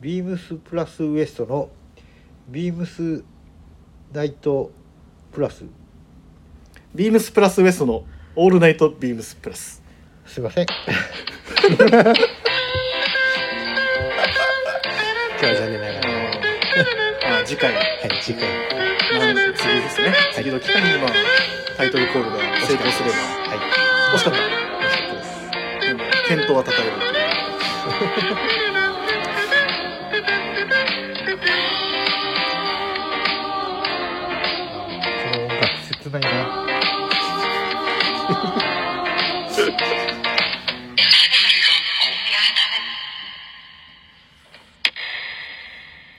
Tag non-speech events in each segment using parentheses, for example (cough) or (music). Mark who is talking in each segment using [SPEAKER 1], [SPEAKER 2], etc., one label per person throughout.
[SPEAKER 1] ビームスプラスウエストのビームスナイトプラス
[SPEAKER 2] ビームスプラスウエストのオールナイトビームスプラス
[SPEAKER 1] すいませ
[SPEAKER 3] (laughs)
[SPEAKER 1] ん
[SPEAKER 3] 今日は残念ながら、はい、
[SPEAKER 2] あ次回
[SPEAKER 3] 次回、は
[SPEAKER 2] なん次ですね次の機会にまあタイトルコールが成功すれば
[SPEAKER 3] い、
[SPEAKER 2] 惜しか
[SPEAKER 3] 楽しか
[SPEAKER 2] った
[SPEAKER 3] ったです。
[SPEAKER 2] でも検討はたたえるという
[SPEAKER 1] この音楽切ないな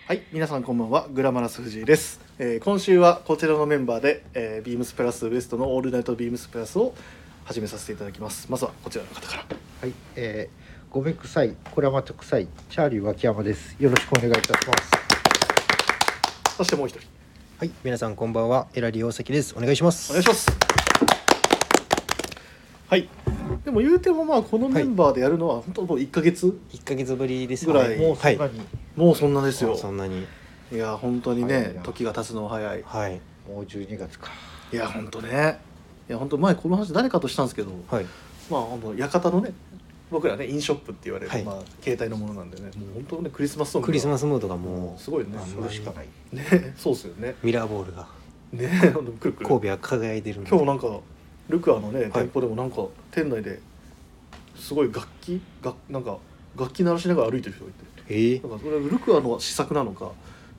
[SPEAKER 2] はい皆さんこんばんはグラマラス藤井です、えー今週はこちらのメンバーで、えー、ビームスプラスウエストのオールナイトビームスプラスを始めさせていただきますまずはこちらの方から
[SPEAKER 1] はいえー、ごめんくさいこれはまたくさいチャーリー脇山ですよろしくお願いいたします
[SPEAKER 2] そしてもう一人
[SPEAKER 3] はい、皆さんこんばんは。エラリー大崎です。お願いします。
[SPEAKER 2] お願いしますはいでも言うてもまあこのメンバーでやるのは本当もう1か月、
[SPEAKER 3] 一ヶ月ぶりです
[SPEAKER 2] ぐらい
[SPEAKER 1] もう
[SPEAKER 3] は
[SPEAKER 1] そん
[SPEAKER 3] い。
[SPEAKER 1] なに、
[SPEAKER 2] もうそんなです
[SPEAKER 3] そ
[SPEAKER 2] よ
[SPEAKER 3] うそんなに。
[SPEAKER 2] いや本当に
[SPEAKER 1] 早い
[SPEAKER 2] ね
[SPEAKER 1] な
[SPEAKER 2] 時が経つのは早い
[SPEAKER 3] はい。
[SPEAKER 1] もう12月か
[SPEAKER 2] いや本当ねいや本当前この話誰かとしたんですけど、
[SPEAKER 3] はい。
[SPEAKER 2] まあ、あの館のね僕らねインショップって言われる、
[SPEAKER 3] はい
[SPEAKER 2] まあ、携帯のものなんでねもう本当ねクリスマスソング
[SPEAKER 3] クリスマ
[SPEAKER 2] ス
[SPEAKER 3] スムードがも
[SPEAKER 2] すごいね
[SPEAKER 3] あん
[SPEAKER 1] そ
[SPEAKER 3] ま
[SPEAKER 1] れ
[SPEAKER 3] り
[SPEAKER 1] しかない、
[SPEAKER 2] ねそうっすよね
[SPEAKER 3] うミラーボールが
[SPEAKER 2] ねほんとくるくる
[SPEAKER 3] 神戸は輝いてるんで
[SPEAKER 2] 今日なんかルクアのね、店舗でもなんか店内ですごい楽器がなんか楽器鳴らしながら歩いてる人がいて
[SPEAKER 3] えー
[SPEAKER 2] なんかそれルクアの試作なのか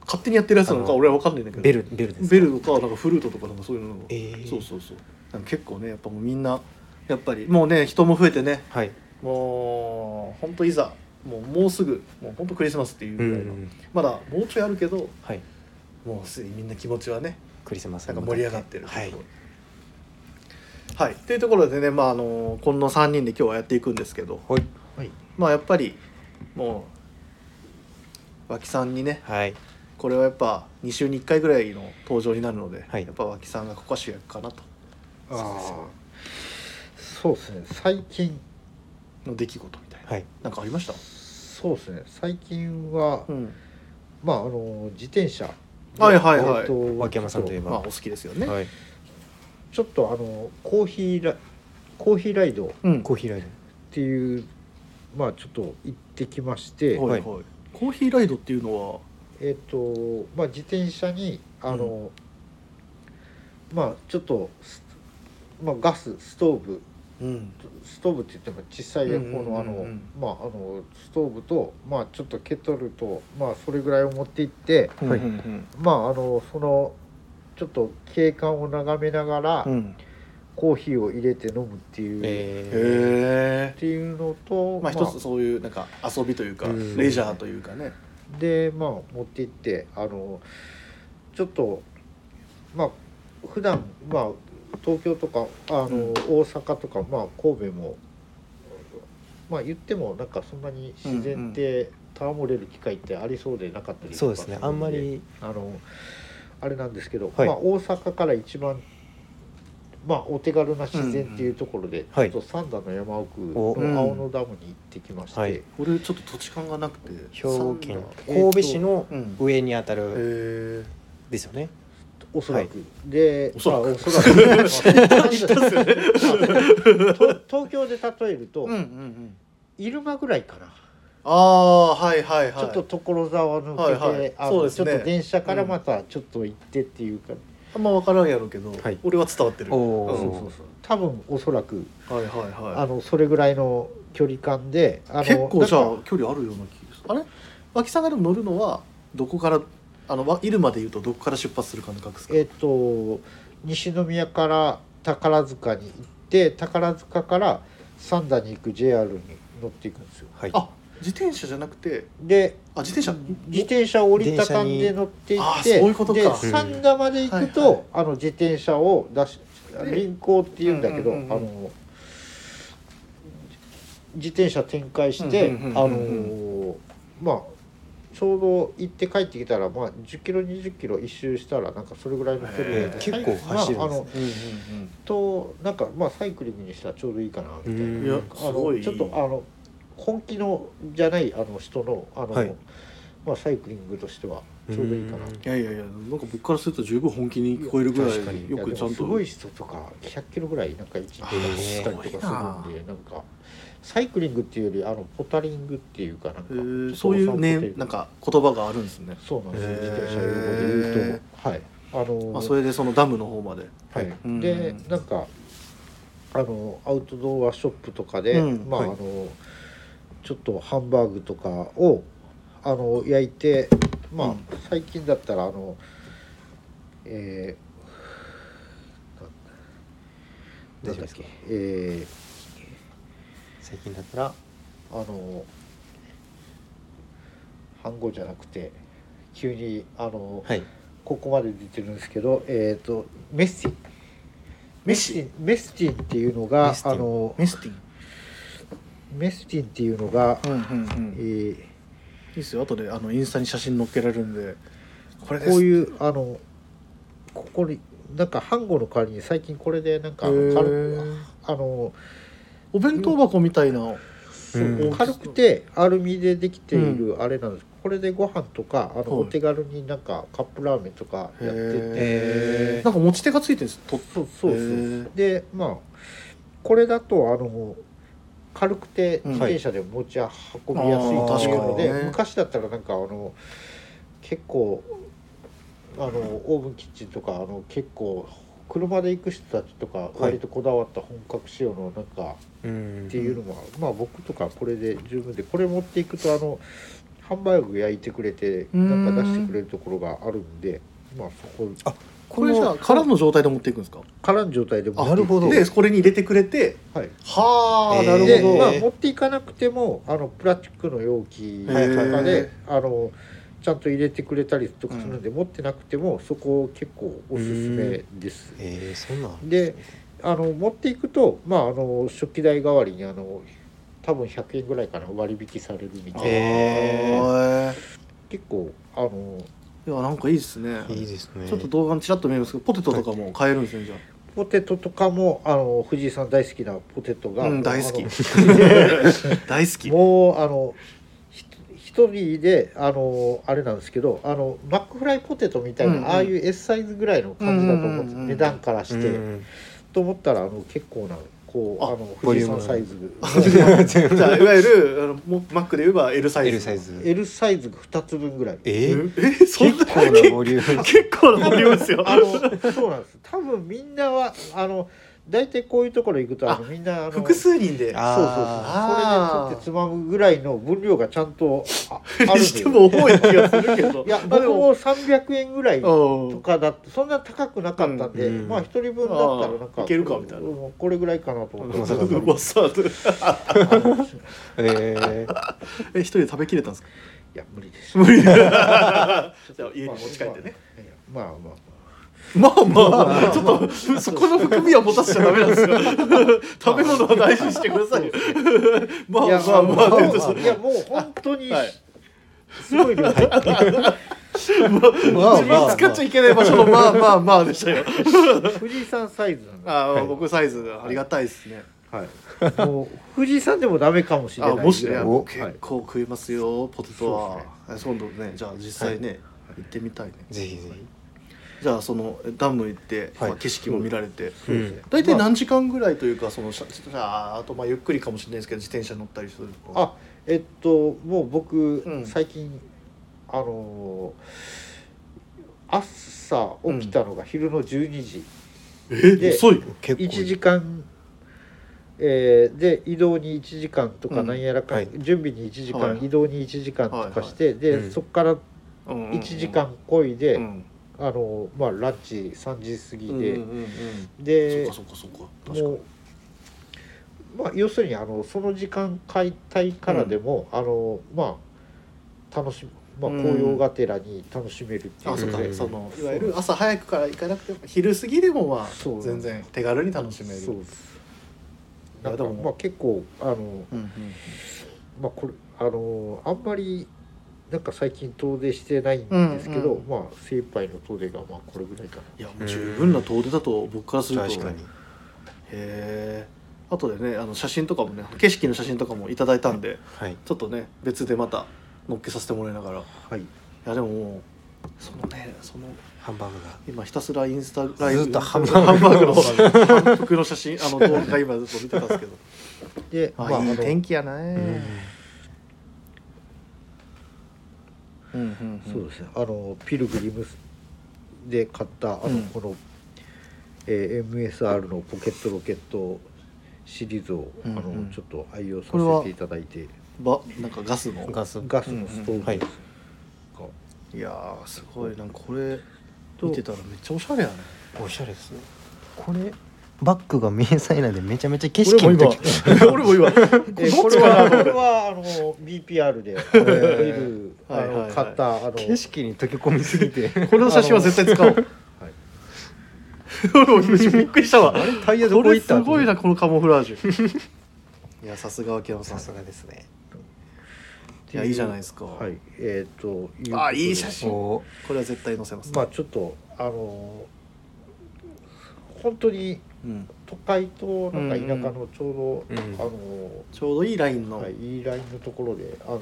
[SPEAKER 2] 勝手にやってるやつなの
[SPEAKER 3] あ
[SPEAKER 2] か
[SPEAKER 3] の
[SPEAKER 2] 俺は分かんないんだけど
[SPEAKER 3] ベルベルですか。
[SPEAKER 2] ベルとかなんかフルートとかなんかそういうの、
[SPEAKER 3] えー
[SPEAKER 2] そうそうそうなんか結構ねやっぱもうみんなやっぱりもうね人も増えてね
[SPEAKER 3] はい。
[SPEAKER 2] もう本当いざもうもうすぐもう本当クリスマスっていう
[SPEAKER 3] う
[SPEAKER 2] ぐ
[SPEAKER 3] んう
[SPEAKER 2] らいの、
[SPEAKER 3] ん。
[SPEAKER 2] まだもうちょいあるけど
[SPEAKER 3] はい。
[SPEAKER 2] もうすでにみんな気持ちはね
[SPEAKER 3] クリスマス
[SPEAKER 2] なんか
[SPEAKER 3] に
[SPEAKER 2] 盛
[SPEAKER 3] 向
[SPEAKER 2] り
[SPEAKER 3] け
[SPEAKER 2] 上がってる
[SPEAKER 3] はい。
[SPEAKER 2] はい、っていうところでね、まあ、あのこの3人で今日はやっていくんですけど、
[SPEAKER 3] はい。
[SPEAKER 1] はい、
[SPEAKER 2] まあ、やっぱりもう脇さんにね
[SPEAKER 3] はい。
[SPEAKER 2] これはやっぱ2週に1回ぐらいの登場になるので、
[SPEAKER 3] はい
[SPEAKER 2] やっぱ脇さんがここは主役かなと
[SPEAKER 1] ああそうですね最近
[SPEAKER 2] の出来事みたいな、
[SPEAKER 3] はい。
[SPEAKER 2] なんかありました、
[SPEAKER 1] そうですね最近は、
[SPEAKER 2] うん
[SPEAKER 1] まああの自転車
[SPEAKER 2] はいはいはい
[SPEAKER 1] と
[SPEAKER 3] 脇山さんといえば
[SPEAKER 2] まあ、お好きですよね、
[SPEAKER 3] はい。
[SPEAKER 1] ちょっとあのコーヒーラコーヒーライドっ
[SPEAKER 2] うん
[SPEAKER 3] コーヒーライド。
[SPEAKER 1] ていうまあちょっと行ってきまして、
[SPEAKER 3] い
[SPEAKER 2] はいはいコーヒーライドっていうのは
[SPEAKER 1] えっ、とまあ自転車にあの、まあちょっとスまあガスストーブ
[SPEAKER 2] うん
[SPEAKER 1] ストーブって言っても小さい方
[SPEAKER 2] うんうんうんうん
[SPEAKER 1] のあのまああのストーブとまあちょっとケトルとまあそれぐらいを持って行って
[SPEAKER 2] うん
[SPEAKER 3] はい
[SPEAKER 2] うん
[SPEAKER 1] まああのそのちょっと景観を眺めながら、
[SPEAKER 2] うんうん
[SPEAKER 1] コーヒーを入れて飲むっていう、
[SPEAKER 3] え
[SPEAKER 2] へえ
[SPEAKER 1] っていうのと、
[SPEAKER 2] まあ一つそういうなんか遊びというか
[SPEAKER 3] うん
[SPEAKER 2] レジャーというかね
[SPEAKER 1] でまあ持って行ってあのちょっとまあ普段まあ東京とかあの、
[SPEAKER 2] うん
[SPEAKER 1] 大阪とか、まあ、神戸もまあ言ってもなんかそんなに自然で戯れる機会ってありそうでなかっ
[SPEAKER 3] ー。
[SPEAKER 1] たりとか
[SPEAKER 3] そうですね。
[SPEAKER 1] る
[SPEAKER 3] あんまり
[SPEAKER 1] あのあれなんですけど、
[SPEAKER 3] はい
[SPEAKER 1] まあ、大阪から一番まあお手軽な自然っていうところで、
[SPEAKER 3] はい
[SPEAKER 1] ちょっと三田の山奥
[SPEAKER 3] お
[SPEAKER 1] の青野ダムに行ってきまして、
[SPEAKER 3] はい
[SPEAKER 2] 俺ちょっと土地勘がなくて
[SPEAKER 3] 兵庫県
[SPEAKER 1] えーと
[SPEAKER 3] 神戸市の
[SPEAKER 2] うん
[SPEAKER 3] 上にあたる
[SPEAKER 2] へえ
[SPEAKER 3] ですよね。
[SPEAKER 1] おそらく、
[SPEAKER 3] は
[SPEAKER 1] で
[SPEAKER 2] おそらく
[SPEAKER 1] まあおそらく
[SPEAKER 2] (laughs)
[SPEAKER 1] まあ東東京で例えると、
[SPEAKER 2] うんうんうん
[SPEAKER 1] 入間ぐらいかな、
[SPEAKER 2] ああはいはいはい
[SPEAKER 1] ちょっと所沢抜けて、
[SPEAKER 2] はいはい
[SPEAKER 1] あの
[SPEAKER 2] そうです
[SPEAKER 1] ちょ
[SPEAKER 2] ね
[SPEAKER 1] っと電車からまたちょっと行ってっていうか、
[SPEAKER 2] あんま分からんやろうけど
[SPEAKER 3] はい
[SPEAKER 2] 俺は伝わってる
[SPEAKER 3] おー
[SPEAKER 2] うん
[SPEAKER 1] そうそうそう多分おそらく、
[SPEAKER 2] はいはい
[SPEAKER 1] あ
[SPEAKER 2] は
[SPEAKER 1] のそれぐらいの距離感であの
[SPEAKER 2] い結構じゃ
[SPEAKER 1] な
[SPEAKER 2] あ
[SPEAKER 1] んか
[SPEAKER 2] 距離あるような気がするあれ脇さんがでも乗るのはどこからあのわ入るまで言うとどこから出発する感覚ですか
[SPEAKER 1] えっ、と西宮から宝塚に行って宝塚から三田に行く JR に乗っていくんですよ
[SPEAKER 3] はい。
[SPEAKER 2] あ自転車じゃなくて
[SPEAKER 1] で
[SPEAKER 2] あ自転車
[SPEAKER 1] 自転車を折りたたんで乗っていっ
[SPEAKER 2] あそう
[SPEAKER 1] て
[SPEAKER 2] いうことか
[SPEAKER 1] で
[SPEAKER 2] うん
[SPEAKER 1] 三田まで行くと、
[SPEAKER 2] はいはい
[SPEAKER 1] あの自転車を出し
[SPEAKER 2] で
[SPEAKER 1] 輪行って言うんだけど、
[SPEAKER 2] うんうんうん
[SPEAKER 1] あの自転車展開して、
[SPEAKER 2] うんうんうんうん
[SPEAKER 1] あのーまあちょうど行って帰ってきたら、まあ、10キロ20キロ一周したらなんかそれぐらいの距離で、
[SPEAKER 2] へえ
[SPEAKER 3] 結構走るんですね
[SPEAKER 1] まあ、あの
[SPEAKER 2] うんうん
[SPEAKER 1] となんかまあサイクリングにしたらちょうどいいかなみたいな。
[SPEAKER 2] うんいや
[SPEAKER 1] あ
[SPEAKER 2] す
[SPEAKER 1] の
[SPEAKER 2] ごい
[SPEAKER 1] ちょっとあの本気のじゃないあの人のあの、
[SPEAKER 3] はい
[SPEAKER 1] まあ、サイクリングとしてはちょうどいいかな
[SPEAKER 3] うん
[SPEAKER 2] いやいやいやなんか僕からすると十分本気に聞こえるぐら
[SPEAKER 3] 確かに
[SPEAKER 2] いよ
[SPEAKER 1] いやで
[SPEAKER 2] く
[SPEAKER 1] も
[SPEAKER 2] ちゃん
[SPEAKER 1] す
[SPEAKER 2] と
[SPEAKER 1] ごい人とか100キロぐらいなんか1日走ったりとかするんでなんかサイクリングっていうよりあのポタリングっていうかなんか
[SPEAKER 2] えーそういう
[SPEAKER 1] ちょっとお散歩という
[SPEAKER 2] ね
[SPEAKER 1] か
[SPEAKER 2] なんか言葉があるんですね
[SPEAKER 1] そうなんですよ
[SPEAKER 2] へ
[SPEAKER 1] 自
[SPEAKER 2] ー
[SPEAKER 1] 転車用語で言うとはいあの
[SPEAKER 2] まあそれでそのダムの方まで
[SPEAKER 1] は
[SPEAKER 2] う
[SPEAKER 1] い、
[SPEAKER 2] ん
[SPEAKER 1] でなんかあのアウトドアショップとかで、
[SPEAKER 2] うん
[SPEAKER 1] まああ
[SPEAKER 2] はい
[SPEAKER 1] のちょっとハンバーグとかをあの焼いてまあ、
[SPEAKER 2] うん
[SPEAKER 1] 最近だったらあのえー、
[SPEAKER 3] 大丈夫ですか
[SPEAKER 1] なんだっけえ
[SPEAKER 3] 最近だったら
[SPEAKER 1] ー、あの飯盒じゃなくて急にあの、
[SPEAKER 3] はい
[SPEAKER 1] ここまで出てるんですけど、えっ、とメッシ
[SPEAKER 2] メッシ
[SPEAKER 1] メスティンっていうの
[SPEAKER 3] メ
[SPEAKER 1] が
[SPEAKER 3] スティ
[SPEAKER 1] あ
[SPEAKER 3] ン
[SPEAKER 1] の
[SPEAKER 2] メスティン
[SPEAKER 1] メスティンっていうのが、
[SPEAKER 2] うんうんうん
[SPEAKER 1] え
[SPEAKER 2] いい
[SPEAKER 1] ー
[SPEAKER 2] ですよ後であのインスタに写真載っけられるんでこれです
[SPEAKER 1] こういうあのここになんかハンゴの代わりに最近これでなんかあ
[SPEAKER 2] へ
[SPEAKER 1] の
[SPEAKER 2] ー
[SPEAKER 1] 軽くあの
[SPEAKER 2] お弁当箱みたいな
[SPEAKER 1] そう
[SPEAKER 3] うん
[SPEAKER 1] 軽くてアルミでできているあれなんです、これでご飯とかあの
[SPEAKER 2] はい
[SPEAKER 1] お手軽になんかカップラーメンとかやってて
[SPEAKER 2] へ
[SPEAKER 3] へ
[SPEAKER 2] ー
[SPEAKER 3] ー
[SPEAKER 2] なんか持ち手がついてるんですと
[SPEAKER 1] そうそう
[SPEAKER 2] へ
[SPEAKER 1] そう
[SPEAKER 2] ー
[SPEAKER 1] でまあこれだとあの軽くて
[SPEAKER 2] うん
[SPEAKER 1] 自転車で持ち運びやすいっていうので、
[SPEAKER 2] あー確かにね
[SPEAKER 1] 昔だったらなんかあの結構あのオーブンキッチンとかあの結構車で行く人たちとか
[SPEAKER 3] い
[SPEAKER 1] 割とこだわった本格仕様のなんか
[SPEAKER 3] うん
[SPEAKER 1] っていうのも、まあ僕とかこれで十分でこれ持っていくとあのハンバーグ焼いてくれてなんか出してくれるところがあるんでまあそこ
[SPEAKER 3] あ
[SPEAKER 2] これじゃあ空の状態で持っていくんですか
[SPEAKER 1] 絡ん状態で持って
[SPEAKER 3] な
[SPEAKER 1] いって
[SPEAKER 3] るほど
[SPEAKER 2] でこれに入れてくれて
[SPEAKER 1] はい
[SPEAKER 2] はあ
[SPEAKER 3] えー
[SPEAKER 2] な
[SPEAKER 1] で
[SPEAKER 2] るほど
[SPEAKER 1] まあ、持っていかなくてもあのプラスチックの容器とかで
[SPEAKER 2] へ
[SPEAKER 1] あのちゃんと入れてくれたりとかするんで、持ってなくてもそこ結構おすすめです。
[SPEAKER 3] えー、そんなん
[SPEAKER 1] であの持っていくと、まあ、あの食器代代わりにあの多分100円ぐらいかな割引されるみたいな、
[SPEAKER 3] へ
[SPEAKER 2] あー
[SPEAKER 1] 結構あの
[SPEAKER 2] いやなんかいいですね
[SPEAKER 3] いいですね
[SPEAKER 2] ちょっと動画にちらっと見えますけどポテトとかも買えるんですねじゃあ
[SPEAKER 1] ポテトとかもあの藤井さん大好きなポテトが、
[SPEAKER 2] うん大好き
[SPEAKER 1] あの
[SPEAKER 2] (laughs) 大好き
[SPEAKER 1] もうあのひ一人であのあれなんですけどあのマックフライポテトみたいな、
[SPEAKER 2] うんうん
[SPEAKER 1] ああいう S サイズぐらいの感じだと思うんです、
[SPEAKER 2] うんうんうん
[SPEAKER 1] 値段からして、
[SPEAKER 3] うん
[SPEAKER 1] と思ったらあの結構なこうあの
[SPEAKER 3] ボ
[SPEAKER 1] 富
[SPEAKER 3] リ
[SPEAKER 1] 士
[SPEAKER 3] ューム
[SPEAKER 1] 山サイズ
[SPEAKER 2] じ (laughs) ゃあいわゆるあのもマックで言えば L サイズ
[SPEAKER 3] L サイズ
[SPEAKER 1] L サイズが2つ分ぐらい
[SPEAKER 3] え
[SPEAKER 2] え
[SPEAKER 3] ー、
[SPEAKER 2] えそんな
[SPEAKER 3] 結構なボリューム
[SPEAKER 2] 結構なボリュームですよ
[SPEAKER 1] あのそうなんです多分みんなはあの大体こういうところ行くとあの
[SPEAKER 2] あ
[SPEAKER 1] みんなあの
[SPEAKER 2] 複数人で
[SPEAKER 3] あ
[SPEAKER 1] そうそうそうそれで取ってつまむぐらいの分量がちゃんとああるん
[SPEAKER 2] に
[SPEAKER 1] です
[SPEAKER 2] して
[SPEAKER 1] よ
[SPEAKER 2] も重い気がするけど
[SPEAKER 1] いや
[SPEAKER 2] まあ
[SPEAKER 1] 僕も300円ぐらい
[SPEAKER 2] うん
[SPEAKER 1] とかだってそんな高くなかったんで、
[SPEAKER 3] うん
[SPEAKER 1] まあ一人分だったらなんか
[SPEAKER 2] あーいけるかみたいな
[SPEAKER 1] うんこれぐら (laughs) いかなと思って
[SPEAKER 3] ま
[SPEAKER 1] ま
[SPEAKER 3] さ
[SPEAKER 1] す
[SPEAKER 3] かの
[SPEAKER 2] うまそう
[SPEAKER 3] えー、
[SPEAKER 2] え一人で食べきれたんです (laughs) か
[SPEAKER 1] いや無理です
[SPEAKER 2] 無理じゃあ家に持ち帰ってね
[SPEAKER 1] まあまあまあ
[SPEAKER 2] まあまあまあちょっとそこの含みは持たせちゃダメなんですよ (laughs) 食べ物は大事にしてくださいよ (laughs) まあ
[SPEAKER 1] いや
[SPEAKER 2] まあまあ
[SPEAKER 1] まあ
[SPEAKER 2] って言うとそ
[SPEAKER 1] まあいやもう本当に
[SPEAKER 2] はい
[SPEAKER 1] すごい量入って
[SPEAKER 3] まあ
[SPEAKER 2] 自分使っちゃいけない場所のまあまあまあでしたよ
[SPEAKER 1] 富士山サイズなんだ
[SPEAKER 2] (laughs) あー僕サイズありがたいですね
[SPEAKER 1] はいもう富士山でもダメかもしれな
[SPEAKER 2] あ
[SPEAKER 1] い
[SPEAKER 2] もしね
[SPEAKER 1] ぐらい
[SPEAKER 3] お
[SPEAKER 1] はい
[SPEAKER 2] 結構食えますよポテトはそう、今度ねじゃあ実際ね、行ってみたいね
[SPEAKER 3] ぜひぜひ
[SPEAKER 2] じゃあそのダム行って、
[SPEAKER 3] はい
[SPEAKER 2] まあ、景色も見られて、
[SPEAKER 1] そうですね
[SPEAKER 2] 大体何時間ぐらいというかそのしゃしゃあとまあゆっくりかもしれないですけど自転車乗ったりするとか
[SPEAKER 1] あえっともう僕、
[SPEAKER 2] うん
[SPEAKER 1] 最近あのー朝起きたのが昼の12時、
[SPEAKER 2] え
[SPEAKER 1] で
[SPEAKER 2] 遅い
[SPEAKER 3] 結構
[SPEAKER 1] 1時間、えーで移動に1時間とか
[SPEAKER 2] うん
[SPEAKER 1] なんやらか、
[SPEAKER 3] はい
[SPEAKER 1] 準備に1時間、
[SPEAKER 2] はい
[SPEAKER 1] 移動に1時間とかして、で、
[SPEAKER 3] うん
[SPEAKER 1] そこから
[SPEAKER 2] 1
[SPEAKER 1] 1時間こいで、
[SPEAKER 2] うん
[SPEAKER 1] あのーまあ、ランチ3時過ぎ
[SPEAKER 2] うんうん
[SPEAKER 1] で、
[SPEAKER 2] うんうん
[SPEAKER 1] で
[SPEAKER 2] そっかそっかそっか確か
[SPEAKER 1] もうまあ要するにあのその時間解体からでも、あのまあ楽しむまあ
[SPEAKER 2] うん
[SPEAKER 1] 紅葉がてらに楽しめるっていう
[SPEAKER 2] あそっ
[SPEAKER 1] の
[SPEAKER 2] か、
[SPEAKER 1] で、
[SPEAKER 3] うん
[SPEAKER 2] そのいわゆる朝早くから行かなくても昼過ぎでもま
[SPEAKER 1] そう
[SPEAKER 2] あ全然手軽に楽しめる
[SPEAKER 1] そうですなんか
[SPEAKER 2] いやでも
[SPEAKER 1] まあ結構あの
[SPEAKER 2] うんうん
[SPEAKER 1] まあこれあのあんまりなんか最近遠出してないんですけど、
[SPEAKER 2] うんうん
[SPEAKER 1] まあ精一杯の遠出がまあこれぐらいかない
[SPEAKER 2] やもう十分な遠出だと僕からすると
[SPEAKER 3] 確かに
[SPEAKER 2] へえあとでねあの写真とかもね景色の写真とかもいただいたんで
[SPEAKER 3] はい
[SPEAKER 2] ちょっとね別でまた乗っけさせてもらいながらい
[SPEAKER 3] はい
[SPEAKER 2] やでももうそのねその
[SPEAKER 3] ハンバーグが
[SPEAKER 2] 今ひたすらインスタライブ
[SPEAKER 3] ずっとハンバ
[SPEAKER 2] ハンバー
[SPEAKER 3] ー
[SPEAKER 2] グ
[SPEAKER 3] グ
[SPEAKER 2] の
[SPEAKER 3] の
[SPEAKER 2] 反復の写真あの動画今ずっと見てたんですけど
[SPEAKER 1] で、
[SPEAKER 2] あ、
[SPEAKER 1] まあ、
[SPEAKER 2] いい天
[SPEAKER 1] あ
[SPEAKER 2] 気やね
[SPEAKER 3] うん
[SPEAKER 2] うんうん
[SPEAKER 1] のそうですねあのピルグリムスで買ったあの、
[SPEAKER 2] うん
[SPEAKER 1] この、えー MSR のポケットロケットシリーズを、
[SPEAKER 2] うんうん
[SPEAKER 1] あのちょっと愛用さ
[SPEAKER 2] これは
[SPEAKER 1] せていただいて
[SPEAKER 2] ばなんかガスの
[SPEAKER 3] ガス
[SPEAKER 1] ガスのストーブです、が
[SPEAKER 2] いやーすごいなんかこれ
[SPEAKER 1] と
[SPEAKER 2] 見てたらめっちゃおしゃれやね
[SPEAKER 3] おしゃれですね
[SPEAKER 1] これ
[SPEAKER 3] バックが迷彩なんでめちゃめちゃ景色
[SPEAKER 2] 俺
[SPEAKER 3] 見
[SPEAKER 2] も
[SPEAKER 3] たけ
[SPEAKER 2] 今 (laughs) 俺も今
[SPEAKER 1] えーこれはこれはあの BPR であのビルあ
[SPEAKER 2] はいはいはい
[SPEAKER 1] の買ったあの
[SPEAKER 3] 景色に溶け込みすぎて
[SPEAKER 2] これの写真は絶対使おう
[SPEAKER 1] はい
[SPEAKER 2] 俺もびっくりしたわ
[SPEAKER 3] タイヤど
[SPEAKER 2] こ
[SPEAKER 3] こ
[SPEAKER 2] れ
[SPEAKER 3] 行っ
[SPEAKER 2] す
[SPEAKER 3] た
[SPEAKER 2] ごいなこのカモフラージュいやさすが秋山さん
[SPEAKER 3] がですね
[SPEAKER 2] いやいいじゃないですか、
[SPEAKER 1] はいえっ、とう
[SPEAKER 2] あい
[SPEAKER 1] ことで
[SPEAKER 2] い写真
[SPEAKER 3] お
[SPEAKER 2] これは絶対載せます、
[SPEAKER 1] まあちょっとあの本当に
[SPEAKER 2] うん、
[SPEAKER 1] 都会となんか田舎のちょうど、
[SPEAKER 3] うんうん
[SPEAKER 1] あの、
[SPEAKER 2] ちょうどいいラインの、
[SPEAKER 1] はい、いいラインのところであの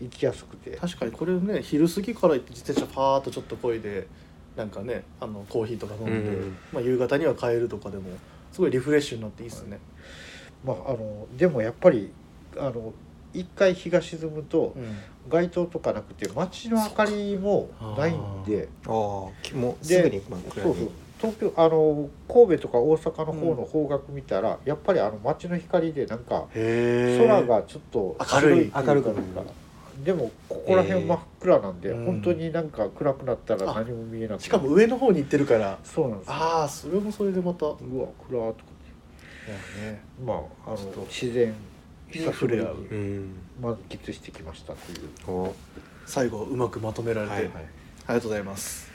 [SPEAKER 1] 行きやすくて
[SPEAKER 2] 確かにこれね昼過ぎから行って自転車パーッとちょっとこいでなんかねあのコーヒーとか飲んで、
[SPEAKER 3] うん
[SPEAKER 2] まあ、夕方には帰るとかでもすごいリフレッシュになっていいですね、
[SPEAKER 1] まああのでもやっぱりあの一回日が沈むと
[SPEAKER 2] うん
[SPEAKER 1] 街灯とかなくて街の明かりもないんで。
[SPEAKER 3] おああもう
[SPEAKER 1] です
[SPEAKER 3] ぐに真っ暗
[SPEAKER 1] そうそう
[SPEAKER 3] に
[SPEAKER 1] 東京あの神戸とか大阪の方の方角見たら、やっぱりあの街の光でなんか
[SPEAKER 2] へー
[SPEAKER 1] 空がちょっと
[SPEAKER 2] 明るい
[SPEAKER 1] 白ってうかなんかでもここら辺真っ暗なんで、
[SPEAKER 2] へー
[SPEAKER 1] 本当になんか暗くなったら
[SPEAKER 2] あ
[SPEAKER 1] 何も見えなくなる
[SPEAKER 2] しかも上の方に行ってるから
[SPEAKER 1] そうなんですよ
[SPEAKER 2] ああそれもそれでまた、いう
[SPEAKER 1] わ暗ーっとか
[SPEAKER 2] やね、
[SPEAKER 1] まああの
[SPEAKER 2] ちょっと
[SPEAKER 1] 自然久しぶり
[SPEAKER 2] 触れ
[SPEAKER 1] に
[SPEAKER 3] うん
[SPEAKER 1] 満喫してきましたという
[SPEAKER 3] お
[SPEAKER 2] 最後うまくまとめられて、
[SPEAKER 3] はい
[SPEAKER 2] ありがとうございます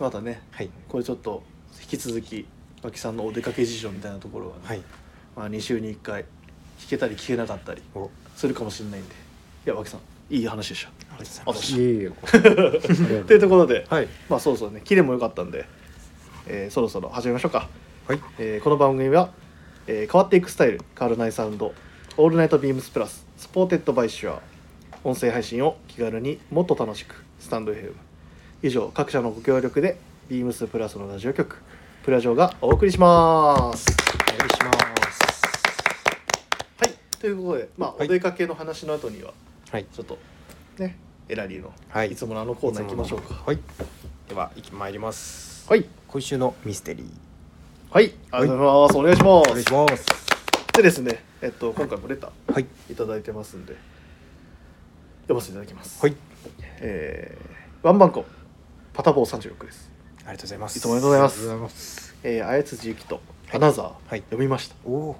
[SPEAKER 2] またね
[SPEAKER 3] はい
[SPEAKER 2] これちょっと引き続き脇さんのお出かけ事情みたいなところはね、
[SPEAKER 3] はい
[SPEAKER 2] まあ、2週に1回聞けたり聞けなかったり
[SPEAKER 3] お
[SPEAKER 2] するかもしれないんでいや脇さんいい話でした
[SPEAKER 3] ありがとうござい
[SPEAKER 2] あ
[SPEAKER 3] ま
[SPEAKER 2] どう
[SPEAKER 3] す
[SPEAKER 2] し
[SPEAKER 1] いえいえこちらこそ (laughs)
[SPEAKER 2] というところで、
[SPEAKER 3] はい
[SPEAKER 2] まあそうそうねキレも良かったんで、えーそろそろ始めましょうか、
[SPEAKER 3] はい
[SPEAKER 2] えーこの番組は、えー変わっていくスタイル変わらないサウンドオールナイトビームスプラススポーテッドバイシュア音声配信を気軽にもっと楽しくスタンド FM 以上各社のご協力でビームスプラスのラジオ局プラジオがお送りします
[SPEAKER 3] お願いします
[SPEAKER 2] はいということでまあ、
[SPEAKER 3] はい
[SPEAKER 2] お出かけの話の後には
[SPEAKER 3] はい
[SPEAKER 2] ちょっとねエラリーの、
[SPEAKER 3] はい
[SPEAKER 2] いつものあのコーナー行きましょうか
[SPEAKER 3] はいでは行きまいります
[SPEAKER 2] はい
[SPEAKER 3] 今週のミステリー
[SPEAKER 2] はい、ありがとうございます。お願いします。
[SPEAKER 3] お願いします
[SPEAKER 2] でですね、えっと今回もレター
[SPEAKER 3] はい
[SPEAKER 2] いただいてますんで読ませていただきます。
[SPEAKER 3] はい。
[SPEAKER 2] えー、ワンバンコパタボー三十六です。
[SPEAKER 3] ありがとうございます
[SPEAKER 2] いつもありがとうござ
[SPEAKER 1] あ
[SPEAKER 2] い
[SPEAKER 1] り
[SPEAKER 2] ま
[SPEAKER 1] がとうご
[SPEAKER 2] す
[SPEAKER 1] ざい。ます
[SPEAKER 2] えー、あやつじゆきとアナザー、
[SPEAKER 3] はい
[SPEAKER 2] 読みました。
[SPEAKER 3] おお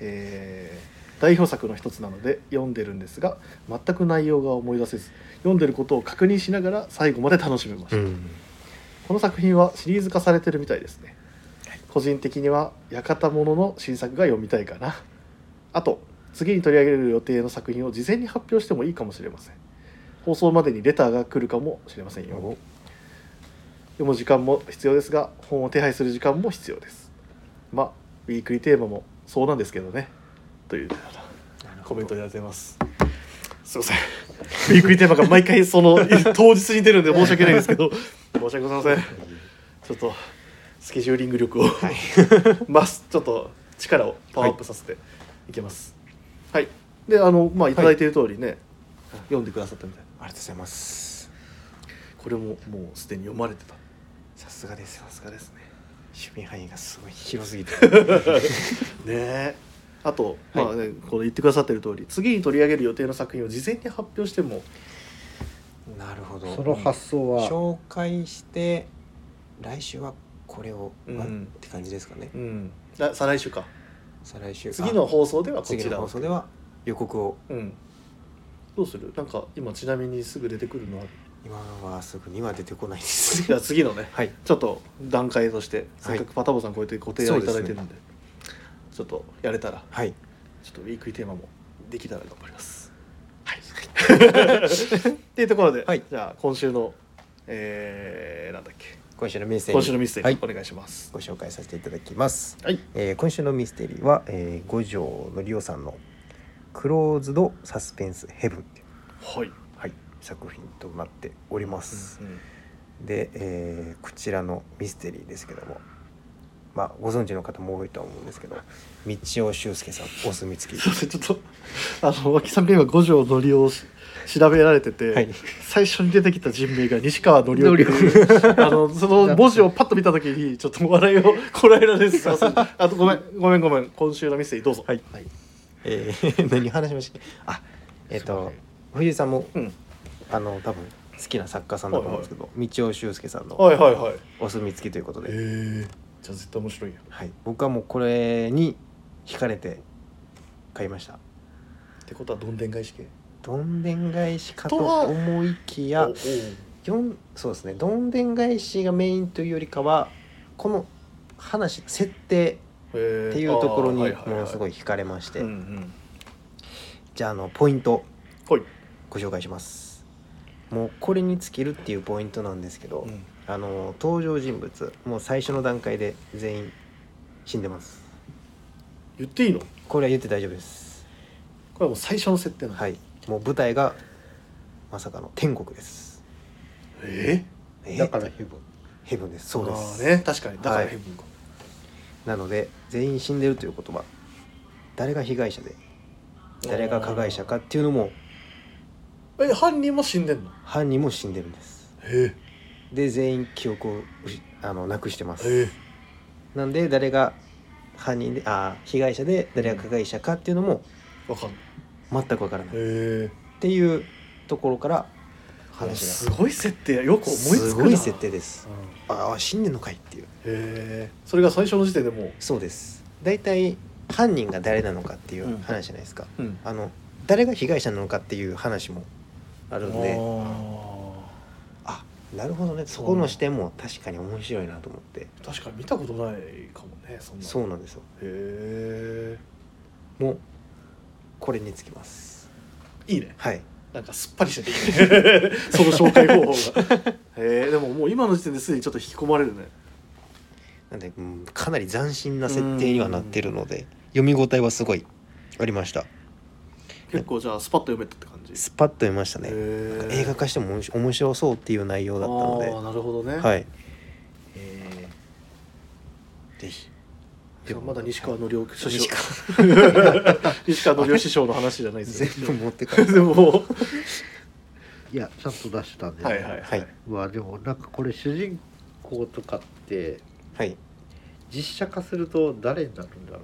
[SPEAKER 2] えー代表作の一つなので読んでるんですが全く内容が思い出せず読んでることを確認しながら最後まで楽しめました、
[SPEAKER 3] ん
[SPEAKER 2] この作品はシリーズ化されてるみたいですね、個人的には館物の新作が読みたいかなあと次に取り上げる予定の作品を事前に発表してもいいかもしれません放送までにレターが来るかもしれませんよ
[SPEAKER 3] お
[SPEAKER 2] 読む時間も必要ですが本を手配する時間も必要ですまあウィークリーテーマもそうなんですけどねというコメントいただいてますすいませんウィークリーテーマが毎回その (laughs) 当日に出るんで申し訳ないですけど申し訳ございませんちょっとスケジューリング力を、 (laughs) まあちょっと力をパワーアップさせていけますはい、であのまあいただいている通りね、読んでくださったみたい
[SPEAKER 3] ありがとうございます
[SPEAKER 2] これももうすでに読まれてた
[SPEAKER 3] さすがですよ
[SPEAKER 2] さすがですね
[SPEAKER 3] 趣味範囲がすごい広す
[SPEAKER 2] (laughs)
[SPEAKER 3] ぎて
[SPEAKER 2] ねえあと、
[SPEAKER 3] はい
[SPEAKER 2] まあね、この言ってくださってる通り次に取り上げる予定の作品を事前に発表しても
[SPEAKER 3] なるほど
[SPEAKER 1] その発想は、
[SPEAKER 3] 紹介して来週はこれを、
[SPEAKER 2] うん
[SPEAKER 3] わって感じですかね
[SPEAKER 2] うんあ再来週か
[SPEAKER 3] 再来週
[SPEAKER 2] 次の
[SPEAKER 3] あ
[SPEAKER 2] 放送ではこちら
[SPEAKER 3] 次の放送では予告を
[SPEAKER 2] うんどうするなんか今ちなみにすぐ出てくるの (laughs) は
[SPEAKER 3] 今はすぐには出てこないです
[SPEAKER 2] (laughs) じゃあ次のね
[SPEAKER 3] はい
[SPEAKER 2] ちょっと段階としてせっかくパタボさんこうやってご提案いただいてるんで,、
[SPEAKER 3] そう
[SPEAKER 2] ちょっとやれたら
[SPEAKER 3] はい
[SPEAKER 2] ちょっとウィークリーテーマもできたら頑張りますはい (laughs) っていうところで、
[SPEAKER 3] はい
[SPEAKER 2] じゃあ今週のえー、なんだっけ
[SPEAKER 3] 今週のメッセージ
[SPEAKER 2] 今週のミステ
[SPEAKER 3] は
[SPEAKER 2] リ
[SPEAKER 3] い
[SPEAKER 2] ー、お願いします
[SPEAKER 3] ご紹介させていただきます、
[SPEAKER 2] はい
[SPEAKER 3] えー今週のミステリーは、えー、五条のりおさんの「クローズド・サスペンス・ヘブン」
[SPEAKER 2] はい
[SPEAKER 4] はい、作品となっております
[SPEAKER 2] う。ん
[SPEAKER 4] で、えーこちらのミステリーですけども。まあ、ご存知の方も多いとは思うんですけど道尾修介さんお墨付き
[SPEAKER 2] そうですねちょっとあの脇さんが今五条のりおをし調べられてて、
[SPEAKER 4] はい
[SPEAKER 2] 最初に出てきた人名が西川のりおっていうあのその文字をパッと見た時にちょっと笑いをこらえられてたんですあとごめんごめんごめん今週のミステリーどうぞ
[SPEAKER 4] はい、 (laughs) えー何話しましたっけあえっ、と藤井さんも
[SPEAKER 2] うん、
[SPEAKER 4] あの多分好きな作家さんだと思うんですけど、道尾修介さんの
[SPEAKER 2] はいはいはいへ
[SPEAKER 4] お墨付きということで、
[SPEAKER 2] えじゃあ絶対面白いや
[SPEAKER 4] はい、僕はもうこれに惹かれて買いました
[SPEAKER 2] ってことはどんでん返し系
[SPEAKER 4] どんでん返しかと
[SPEAKER 2] とは
[SPEAKER 4] 思いき
[SPEAKER 2] い
[SPEAKER 4] やよんそうですねどんでん返しがメインというよりかはこの話設定っていうところにものすごい惹かれまして、
[SPEAKER 2] うんうん
[SPEAKER 4] じゃああのポイント
[SPEAKER 2] ほい
[SPEAKER 4] ご紹介しますもうこれに尽きるっていうポイントなんですけど、
[SPEAKER 2] うん
[SPEAKER 4] あの登場人物もう最初の段階で全員死んでます
[SPEAKER 2] 言っていいのこ
[SPEAKER 4] これは言って大丈夫です
[SPEAKER 2] れはもう最初の設定なの、、
[SPEAKER 4] はいいもう舞台がまさかの天国です
[SPEAKER 2] え
[SPEAKER 4] え
[SPEAKER 1] だからヘブン
[SPEAKER 4] ヘブンです
[SPEAKER 2] え
[SPEAKER 4] そうです、
[SPEAKER 2] ね確かにだから
[SPEAKER 4] はい
[SPEAKER 2] ヘブンか、
[SPEAKER 4] なので全員死んでるということは誰が被害者で誰が加害者かっていうのも
[SPEAKER 2] え犯人も死んでんの
[SPEAKER 4] 犯人も死んでるんです
[SPEAKER 2] え
[SPEAKER 4] で全員記憶をうしあのなくしてま
[SPEAKER 2] え
[SPEAKER 4] す、なんで誰が犯人であー被害者で誰が加害者かっていうのも
[SPEAKER 2] わかんない
[SPEAKER 4] 全くわからないっ
[SPEAKER 2] え
[SPEAKER 4] ていうところから
[SPEAKER 2] え
[SPEAKER 4] 話
[SPEAKER 2] す
[SPEAKER 4] が
[SPEAKER 2] ごい設定やよく思いつくな
[SPEAKER 4] すごい設定
[SPEAKER 2] へ
[SPEAKER 4] ですああ死んでんのかいっていう
[SPEAKER 2] えそれが最初の時点でも
[SPEAKER 4] そうです大体犯人が誰なのかっていう話じゃないですか、
[SPEAKER 2] う、うん、
[SPEAKER 4] あの誰が被害者なのかっていう話もあるんであなるほどねそこの視点も確かに面白いなと思って
[SPEAKER 2] 確かに見たことないかもねそんなの
[SPEAKER 4] そうなんですよ
[SPEAKER 2] へ
[SPEAKER 4] もうこれにつきます
[SPEAKER 2] えいいね
[SPEAKER 4] はい
[SPEAKER 2] なんかすっぱりしてていいね (laughs) その紹介方法が (laughs) へえでももう今の時点ですでにちょっと引き込まれるね
[SPEAKER 4] なんで、うん、かなり斬新な設定にはなってるので読み応えはすごいありました
[SPEAKER 2] 結構じゃあスパッと読めたって感じ
[SPEAKER 4] スパッと読みましたね
[SPEAKER 2] へえ
[SPEAKER 4] 映画化しても面白面白そうっていう内容だったの
[SPEAKER 2] ああなるほどね
[SPEAKER 4] ではい
[SPEAKER 2] え
[SPEAKER 4] ぜひ
[SPEAKER 2] えまだ西川のりお師匠
[SPEAKER 4] 西川
[SPEAKER 2] (laughs) 西川のりお師匠の話じゃないです
[SPEAKER 4] 全
[SPEAKER 2] よ (laughs)
[SPEAKER 4] 部持ってか
[SPEAKER 2] でも
[SPEAKER 1] いやちゃんと出したんで、
[SPEAKER 2] はいはい
[SPEAKER 4] はい
[SPEAKER 1] まあでもなんかこれ主人公とかって
[SPEAKER 4] はい
[SPEAKER 1] 実写化すると誰になるんだろう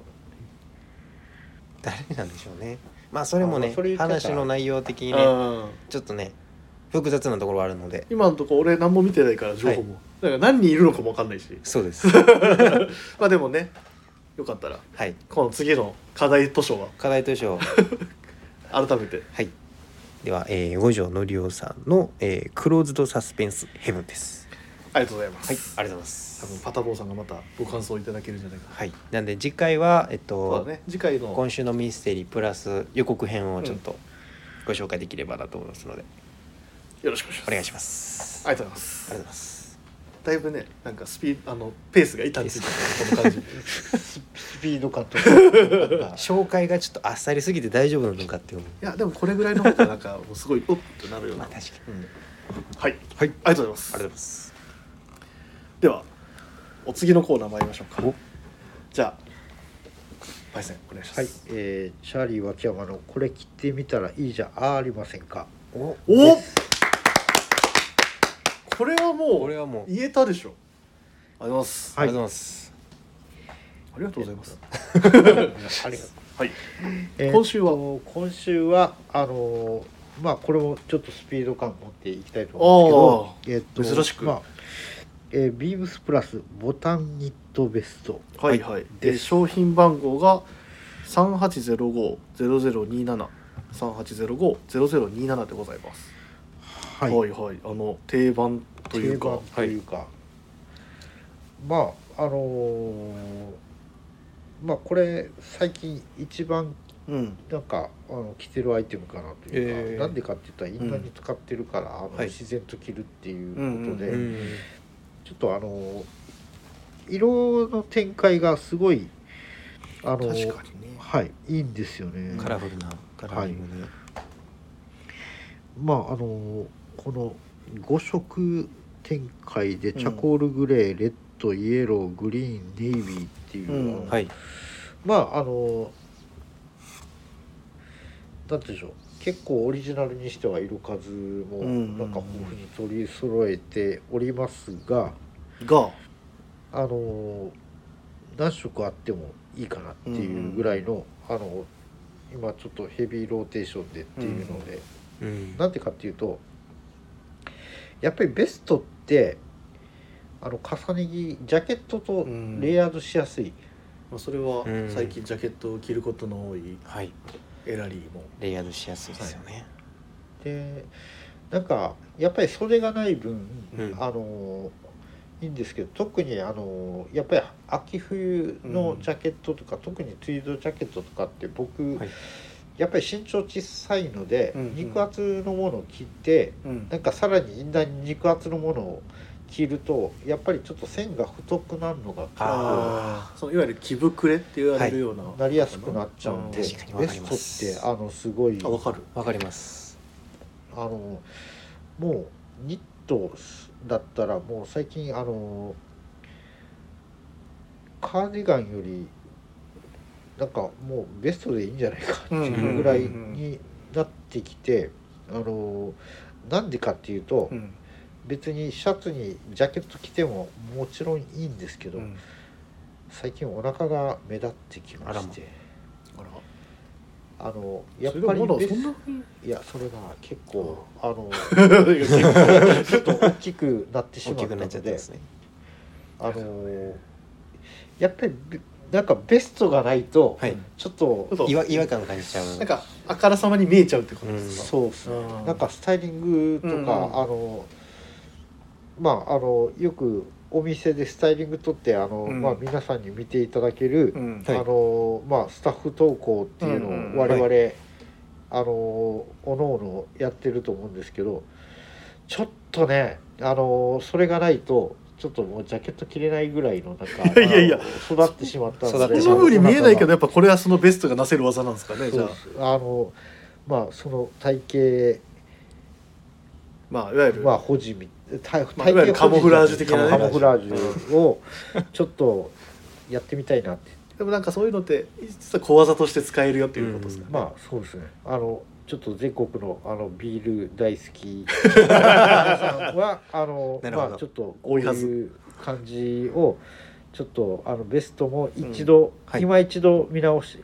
[SPEAKER 4] 誰なんでしょうねまあそれもね
[SPEAKER 1] あそれ言ってた
[SPEAKER 4] 話の内容的にね
[SPEAKER 2] うん
[SPEAKER 4] ちょっとね複雑なところはあるので
[SPEAKER 2] 今のとこ俺何も見てないから情報も、だから何人いるのかも分かんないし
[SPEAKER 4] そうです
[SPEAKER 2] まあでもねよかったら
[SPEAKER 4] はい
[SPEAKER 2] この次の課題図書は
[SPEAKER 4] 課題図書
[SPEAKER 2] 改めて
[SPEAKER 4] はいでは、えー、五条のりおさんの、えークローズドサスペンスヘブン」です
[SPEAKER 2] ありがとうございま
[SPEAKER 4] はいあり
[SPEAKER 2] す、
[SPEAKER 4] がとうございま
[SPEAKER 2] 多分
[SPEAKER 4] す
[SPEAKER 2] パタボーさんがまたご感想いただけるんじゃないかな
[SPEAKER 4] はいなんで次回はえっ
[SPEAKER 2] そう
[SPEAKER 4] と、
[SPEAKER 2] だね次回の
[SPEAKER 4] 今週のミステリープラス予告編をちょっとご紹介できればなと思いますので、
[SPEAKER 2] よろしくお願いします
[SPEAKER 4] お願い
[SPEAKER 2] あり
[SPEAKER 4] しますあり
[SPEAKER 2] がとうございます
[SPEAKER 4] がとうございます
[SPEAKER 2] だいぶねなんかスピードあのペースが板についてるこの感じ
[SPEAKER 1] ススピード感とか
[SPEAKER 4] 紹介がちょっとあっさりすぎて大丈夫なのかって思う
[SPEAKER 2] いやでもこれぐらいの方がなんかもうすごいおっとなるよう
[SPEAKER 4] ま
[SPEAKER 2] な、
[SPEAKER 4] あ確かに
[SPEAKER 2] うんはい、
[SPEAKER 4] はいあ
[SPEAKER 2] あ
[SPEAKER 4] りが
[SPEAKER 2] りがとうございます
[SPEAKER 4] とうございます
[SPEAKER 2] ではお次のコーナー参りましょうか
[SPEAKER 4] お
[SPEAKER 2] じゃあパイセンお願いします、
[SPEAKER 1] はい、えー、チャーリー脇山の「これ切ってみたらいいじゃありませんか
[SPEAKER 4] お
[SPEAKER 2] おこれはもう
[SPEAKER 4] これはもう
[SPEAKER 2] 言えたでしょありがとうございます、
[SPEAKER 4] ありがとうございます、
[SPEAKER 2] ありがとうございます」
[SPEAKER 1] ありがとう
[SPEAKER 2] (laughs) はい
[SPEAKER 1] えー
[SPEAKER 2] 今週は
[SPEAKER 1] と今週はあのーまあこれもちょっとスピード感持っていきたいと思うんですけど、えーと
[SPEAKER 2] 珍しく
[SPEAKER 1] まあえービームスプラスボタンニットベスト
[SPEAKER 2] はいはい
[SPEAKER 1] で
[SPEAKER 2] で商品番号が3805-0027 3805-0027でございます、
[SPEAKER 1] は、
[SPEAKER 2] はいい、はいあの定番というか
[SPEAKER 1] 定番というか、まああのーまあこれ最近一番
[SPEAKER 2] うん
[SPEAKER 1] なんかあの着てるアイテムかなというか、
[SPEAKER 4] えー
[SPEAKER 1] なんでかって言ったらインナーに使ってるから、あの
[SPEAKER 4] はい
[SPEAKER 1] 自然と着るっていうことで、
[SPEAKER 2] うんうん
[SPEAKER 1] ちょっとあの色の展開がすごいあの
[SPEAKER 2] 確かにね
[SPEAKER 1] はいいいんですよね
[SPEAKER 4] カラフルなカラフルなね、
[SPEAKER 1] まああのこの5色展開でチャコールグレー、レッドイエローグリーンネイビーっていう、
[SPEAKER 2] うん
[SPEAKER 1] あの
[SPEAKER 3] はい
[SPEAKER 1] まああのなんていうんでしょう結構オリジナルにしてはいる数も
[SPEAKER 2] うん
[SPEAKER 1] なんか豊富に取り揃えておりますが、
[SPEAKER 2] が
[SPEAKER 1] あの何色あってもいいかなっていうぐらいの、あの今ちょっとヘビーローテーションでっていうので、
[SPEAKER 3] うん
[SPEAKER 1] なんでかっていうとやっぱりベストってあの重ね着ジャケットとレイヤードしやすい、
[SPEAKER 2] まあ、それは
[SPEAKER 3] うん
[SPEAKER 2] 最近ジャケットを着ることの多い
[SPEAKER 3] はい
[SPEAKER 2] エラリーも、
[SPEAKER 3] レイヤードしやすいですよね
[SPEAKER 1] でなんかやっぱりそれがない分、
[SPEAKER 3] うん
[SPEAKER 1] あのいいんですけど特にあのやっぱり秋冬のジャケットとか、特にツイードジャケットとかって僕、
[SPEAKER 3] はい
[SPEAKER 1] やっぱり身長小さいので、
[SPEAKER 2] うんうん
[SPEAKER 1] 肉厚のものを切って
[SPEAKER 2] うん
[SPEAKER 1] なんかさらにインナーに肉厚のものを着るとやっぱりちょっと線が太くなるのが
[SPEAKER 3] あ
[SPEAKER 2] あーそのいわゆる着膨れって言われるような、
[SPEAKER 1] なりやすくなっちゃうんで、
[SPEAKER 3] う
[SPEAKER 1] ベ
[SPEAKER 3] ん確かにわかります
[SPEAKER 1] ストってあのすごい
[SPEAKER 2] あわかる
[SPEAKER 3] わかります
[SPEAKER 1] あのもうニットだったらもう最近あのカーディガンよりなんかもうベストでいいんじゃないかっていうぐらいになってきて、あのなんでかっていうと、
[SPEAKER 2] うん
[SPEAKER 1] 別にシャツにジャケット着てももちろんいいんですけど、
[SPEAKER 2] うん
[SPEAKER 1] 最近お腹が目立ってきまして
[SPEAKER 2] あら
[SPEAKER 1] あのやっ
[SPEAKER 2] そ
[SPEAKER 1] ぱ
[SPEAKER 2] れが
[SPEAKER 1] り
[SPEAKER 2] まだ
[SPEAKER 1] ベ
[SPEAKER 2] そん
[SPEAKER 1] ス
[SPEAKER 2] な
[SPEAKER 1] いやそれが結構あの
[SPEAKER 2] (laughs) いや
[SPEAKER 1] ちょっと大きくなってし
[SPEAKER 3] 大
[SPEAKER 1] ま
[SPEAKER 3] き
[SPEAKER 1] った
[SPEAKER 3] く
[SPEAKER 1] の
[SPEAKER 3] なっちゃったん
[SPEAKER 1] で
[SPEAKER 3] ですね
[SPEAKER 1] あのーやっぱりべなんかベストがないと
[SPEAKER 3] はい
[SPEAKER 1] ちょっと、
[SPEAKER 2] そう
[SPEAKER 3] 違和違和感感じちゃう
[SPEAKER 2] なんかあからさまに見えちゃうってことですか、
[SPEAKER 1] そうっすね
[SPEAKER 2] うん
[SPEAKER 1] なんかスタイリングとか、
[SPEAKER 2] うんうん
[SPEAKER 1] あのまああのよくお店でスタイリングとってあの、
[SPEAKER 2] うん
[SPEAKER 1] まあ、皆さんに見ていただける、
[SPEAKER 2] うん
[SPEAKER 1] あのまあ、スタッフ投稿っていうの
[SPEAKER 2] うんうん
[SPEAKER 1] を我々、あのおのおのやってると思うんですけどちょっとねあのそれがないとちょっともうジャケット着れないぐらいのなんか
[SPEAKER 2] (laughs) いやいや
[SPEAKER 1] あの育ってしまった
[SPEAKER 3] 育ってし
[SPEAKER 2] そ
[SPEAKER 3] まっ
[SPEAKER 2] んな
[SPEAKER 3] た
[SPEAKER 2] ふうに見えないけどやっぱこれはそのベストがなせる技なんですかねじ
[SPEAKER 1] そう
[SPEAKER 2] ゃあ
[SPEAKER 1] ですあのまあその体
[SPEAKER 2] まあいわゆ
[SPEAKER 1] 型
[SPEAKER 2] る、
[SPEAKER 1] まあ保持み体
[SPEAKER 2] まあいわゆるカモフラージュ的なね
[SPEAKER 1] カモフラージュをちょっとやってみたいなって
[SPEAKER 2] でもなんかそういうのって実は小技として使えるよっていうことですか、ね
[SPEAKER 1] まあそうですねあのちょっと全国のあのビール大好 (laughs) き皆さんはあの
[SPEAKER 3] なるほど
[SPEAKER 1] まあちょっとこう
[SPEAKER 2] 多いはず
[SPEAKER 1] いう感じをちょっとあのベストも一度、
[SPEAKER 3] はい
[SPEAKER 1] 今一度見直し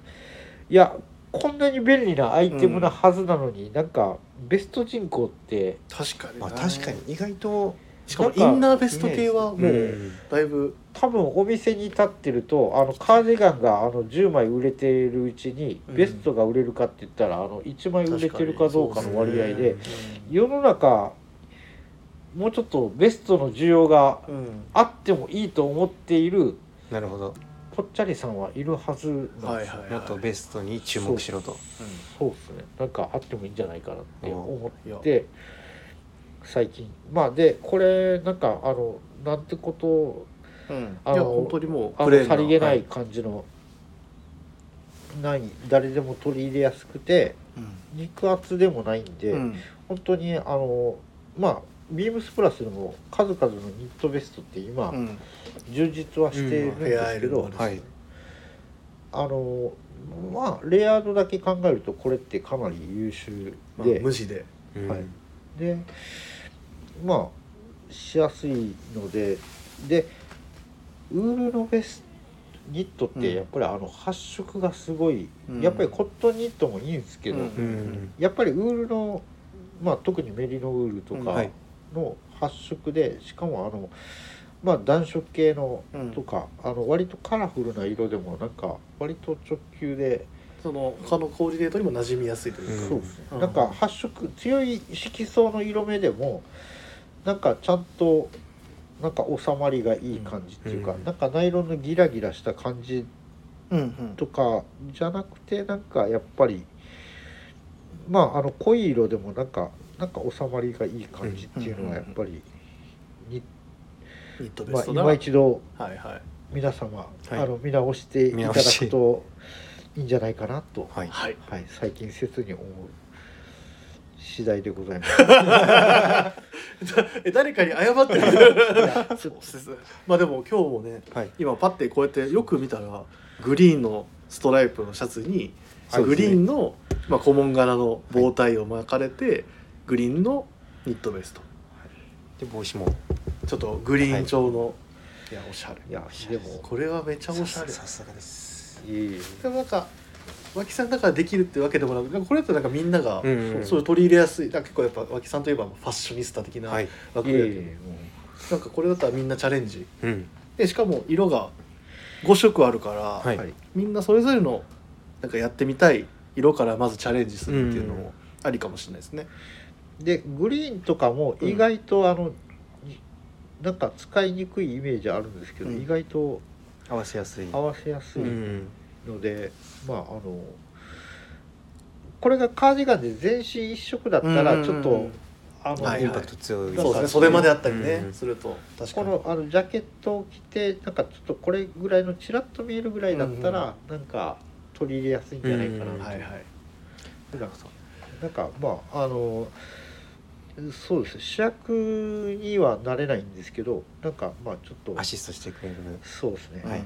[SPEAKER 1] いやこんなに便利なアイテムなはずなのに、なんかベスト人口って
[SPEAKER 2] 確かに
[SPEAKER 3] ま
[SPEAKER 2] な、
[SPEAKER 3] あ確かに意外と
[SPEAKER 2] しかもインナーベスト系はもう
[SPEAKER 3] う
[SPEAKER 2] だいぶ
[SPEAKER 1] 多分お店に立ってるとあのカーディガンがあの10枚売れてるうちに
[SPEAKER 2] うん
[SPEAKER 1] ベストが売れるかって言ったら、あの1枚売れてるかどうかの割合で
[SPEAKER 2] 確かにそうですね
[SPEAKER 1] 世の中もうちょっとベストの需要が
[SPEAKER 2] うん
[SPEAKER 1] あってもいいと思っている
[SPEAKER 3] なるほど
[SPEAKER 1] ぽっちゃりさんはいるはずなん
[SPEAKER 2] は
[SPEAKER 1] で
[SPEAKER 2] い
[SPEAKER 1] すよ、
[SPEAKER 2] はい、
[SPEAKER 3] もっとベストに注目しろと
[SPEAKER 1] そうですねなんかあってもいいんじゃないかなって思
[SPEAKER 2] うん
[SPEAKER 1] って最近まあでこれなんかあのなんてこと
[SPEAKER 2] うん
[SPEAKER 1] あ
[SPEAKER 2] いや
[SPEAKER 1] の
[SPEAKER 2] 本当にもう
[SPEAKER 1] あ
[SPEAKER 2] プレー
[SPEAKER 1] のさりげない感じの、ない誰でも取り入れやすくて肉厚でもないんで、
[SPEAKER 2] うん
[SPEAKER 1] 本当にあのまあビームスプラスでも数々のニットベストって今、
[SPEAKER 2] うん
[SPEAKER 1] 充実はしてるんですけど、
[SPEAKER 2] うん
[SPEAKER 3] はい
[SPEAKER 1] あのまあレイヤードだけ考えるとこれってかなり優秀
[SPEAKER 2] まあ
[SPEAKER 1] で、
[SPEAKER 2] 無地で
[SPEAKER 3] うん
[SPEAKER 1] はいでまあしやすいのででウールのベストニットっ
[SPEAKER 2] う
[SPEAKER 1] て
[SPEAKER 2] ん
[SPEAKER 1] やっぱりあの発色がすごい、
[SPEAKER 2] うん
[SPEAKER 1] やっぱりコットンニットもいいんですけど、
[SPEAKER 2] うん
[SPEAKER 3] うん
[SPEAKER 1] やっぱりウールの、まあ、特にメリノウールと
[SPEAKER 2] うん
[SPEAKER 1] か
[SPEAKER 3] はい
[SPEAKER 1] の発色で、しかもあの、まあ、暖色系の
[SPEAKER 2] うん
[SPEAKER 1] とか、あの割とカラフルな色でもなんか割と直球で、
[SPEAKER 2] その他のコーディネートにも馴染みやすいというか、
[SPEAKER 3] ん
[SPEAKER 1] そうですね
[SPEAKER 2] うん
[SPEAKER 1] なんか発色強い色相の色目でもなんかちゃんとなんか収まりがいい感じっていうか、
[SPEAKER 3] うん
[SPEAKER 1] なんかナイロンのギラギラした感じ
[SPEAKER 2] うんうん
[SPEAKER 1] とかじゃなくてなんかやっぱりまああの濃い色でもなんかなんか収まりがいい感じっていうのはやっぱり、に
[SPEAKER 2] ニットベ
[SPEAKER 1] まあ
[SPEAKER 2] ストなら、
[SPEAKER 1] 今一度
[SPEAKER 2] はいはい
[SPEAKER 1] 皆様、
[SPEAKER 3] はい
[SPEAKER 1] あの見直していただくといいんじゃないかなと、
[SPEAKER 3] はい
[SPEAKER 2] はい (laughs)
[SPEAKER 1] はい、最近切に思う次第でございます
[SPEAKER 2] え誰かに謝って (laughs) る
[SPEAKER 1] そう
[SPEAKER 2] まあでも今日もね
[SPEAKER 4] はい
[SPEAKER 2] 今パッてこうやってよく見たらグリーンのストライプのシャツに、
[SPEAKER 4] そう
[SPEAKER 2] グ
[SPEAKER 4] ですね
[SPEAKER 2] リーンの、まあ、古紋柄の棒帯を巻かれて、グリーンのニットベスト
[SPEAKER 4] で帽子も
[SPEAKER 2] ちょっとグリーン調の、い、やおしゃれ
[SPEAKER 1] いやでも
[SPEAKER 2] これはめちゃおしゃ
[SPEAKER 4] さ
[SPEAKER 2] れ
[SPEAKER 4] さすがです
[SPEAKER 1] いい
[SPEAKER 2] でもなんか脇さんだからできるってわけでもなくなんかこれだとなんかみんなが、
[SPEAKER 4] うんうんうん
[SPEAKER 2] そういう取り入れやすいなんか結構やっぱ脇さんといえばファッショニスタ的な
[SPEAKER 4] はい
[SPEAKER 2] 枠
[SPEAKER 1] い
[SPEAKER 2] やけど、
[SPEAKER 1] い
[SPEAKER 2] なんかこれだったらみんなチャレンジ
[SPEAKER 4] うん
[SPEAKER 2] でしかも色が5色あるから、
[SPEAKER 4] はい
[SPEAKER 1] はい
[SPEAKER 2] みんなそれぞれのなんかやってみたい色からまずチャレンジするっていうの
[SPEAKER 4] うん
[SPEAKER 2] もありかもしれないですね。
[SPEAKER 1] でグリーンとかも意外とあの、いなんか使いにくいイメージあるんですけど、
[SPEAKER 2] うん
[SPEAKER 1] 意外と
[SPEAKER 4] 合わせやすい
[SPEAKER 1] 合わせやす
[SPEAKER 4] う
[SPEAKER 1] い
[SPEAKER 4] ん
[SPEAKER 1] ので、まああのこれがカーディガンで全身一色だった
[SPEAKER 2] うん
[SPEAKER 1] らちょっと、
[SPEAKER 2] うん
[SPEAKER 1] あの、
[SPEAKER 2] はい
[SPEAKER 4] イン
[SPEAKER 2] は
[SPEAKER 4] パ
[SPEAKER 2] い
[SPEAKER 4] クト強い
[SPEAKER 2] そうですね袖まであったりね、
[SPEAKER 4] うん
[SPEAKER 2] すると確
[SPEAKER 1] こ
[SPEAKER 2] かに。
[SPEAKER 1] のあのジャケットを着てなんかちょっとこれぐらいのちらっと見えるぐらいだったら、なんか取り入れやすいんじゃないかな、
[SPEAKER 4] うん
[SPEAKER 2] はいはい。
[SPEAKER 1] なんかなんかまああのそうです主役にはなれないんですけどなんかまあちょっと
[SPEAKER 4] アシストしてくれる
[SPEAKER 1] そうですね、
[SPEAKER 4] はい
[SPEAKER 1] っ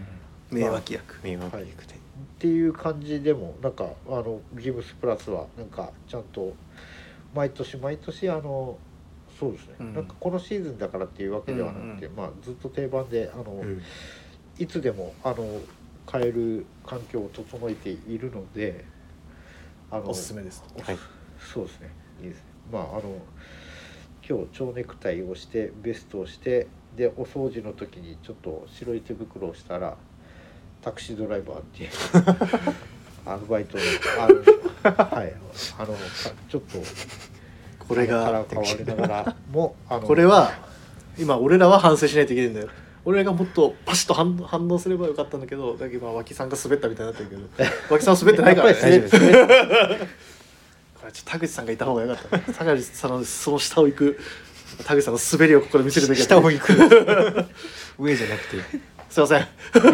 [SPEAKER 2] うん名脇役。
[SPEAKER 4] 迷惑役で、
[SPEAKER 1] ていう感じでもなんかあのギブスプラスはなんかちゃんと毎年毎年あのそうですね、
[SPEAKER 2] うん
[SPEAKER 1] なんかこのシーズンだからっていうわけではなくて、
[SPEAKER 2] うん
[SPEAKER 1] まあずっと定番であの、
[SPEAKER 4] うん
[SPEAKER 1] いつでもあの変える環境を整えているのであの
[SPEAKER 2] おすすめです。
[SPEAKER 4] はい
[SPEAKER 1] そうですね。いいですね。まああの今日蝶ネクタイをしてベストをしてでお掃除の時にちょっと白い手袋をしたらタクシードライバーっていう
[SPEAKER 2] (laughs)
[SPEAKER 1] アルバイトのあのはいあのちょっと
[SPEAKER 2] これ
[SPEAKER 1] あの
[SPEAKER 2] が
[SPEAKER 1] から変わりながらもあの
[SPEAKER 2] これは今俺らは反省しないといけないんだよ。俺がもっとパシッと反反応すればよかったんだけど、だけど今脇さんが滑ったみたいになってるけど、脇さんは滑ってないからね。
[SPEAKER 1] やっぱり滑ってない
[SPEAKER 2] これちょっと田口さんがいた方が良かったね。田口さんのその下を行く田口さんの滑りをここで見せるべきだった
[SPEAKER 4] 下を行く (laughs) 上じゃなくて
[SPEAKER 2] すいませ
[SPEAKER 1] い
[SPEAKER 2] ん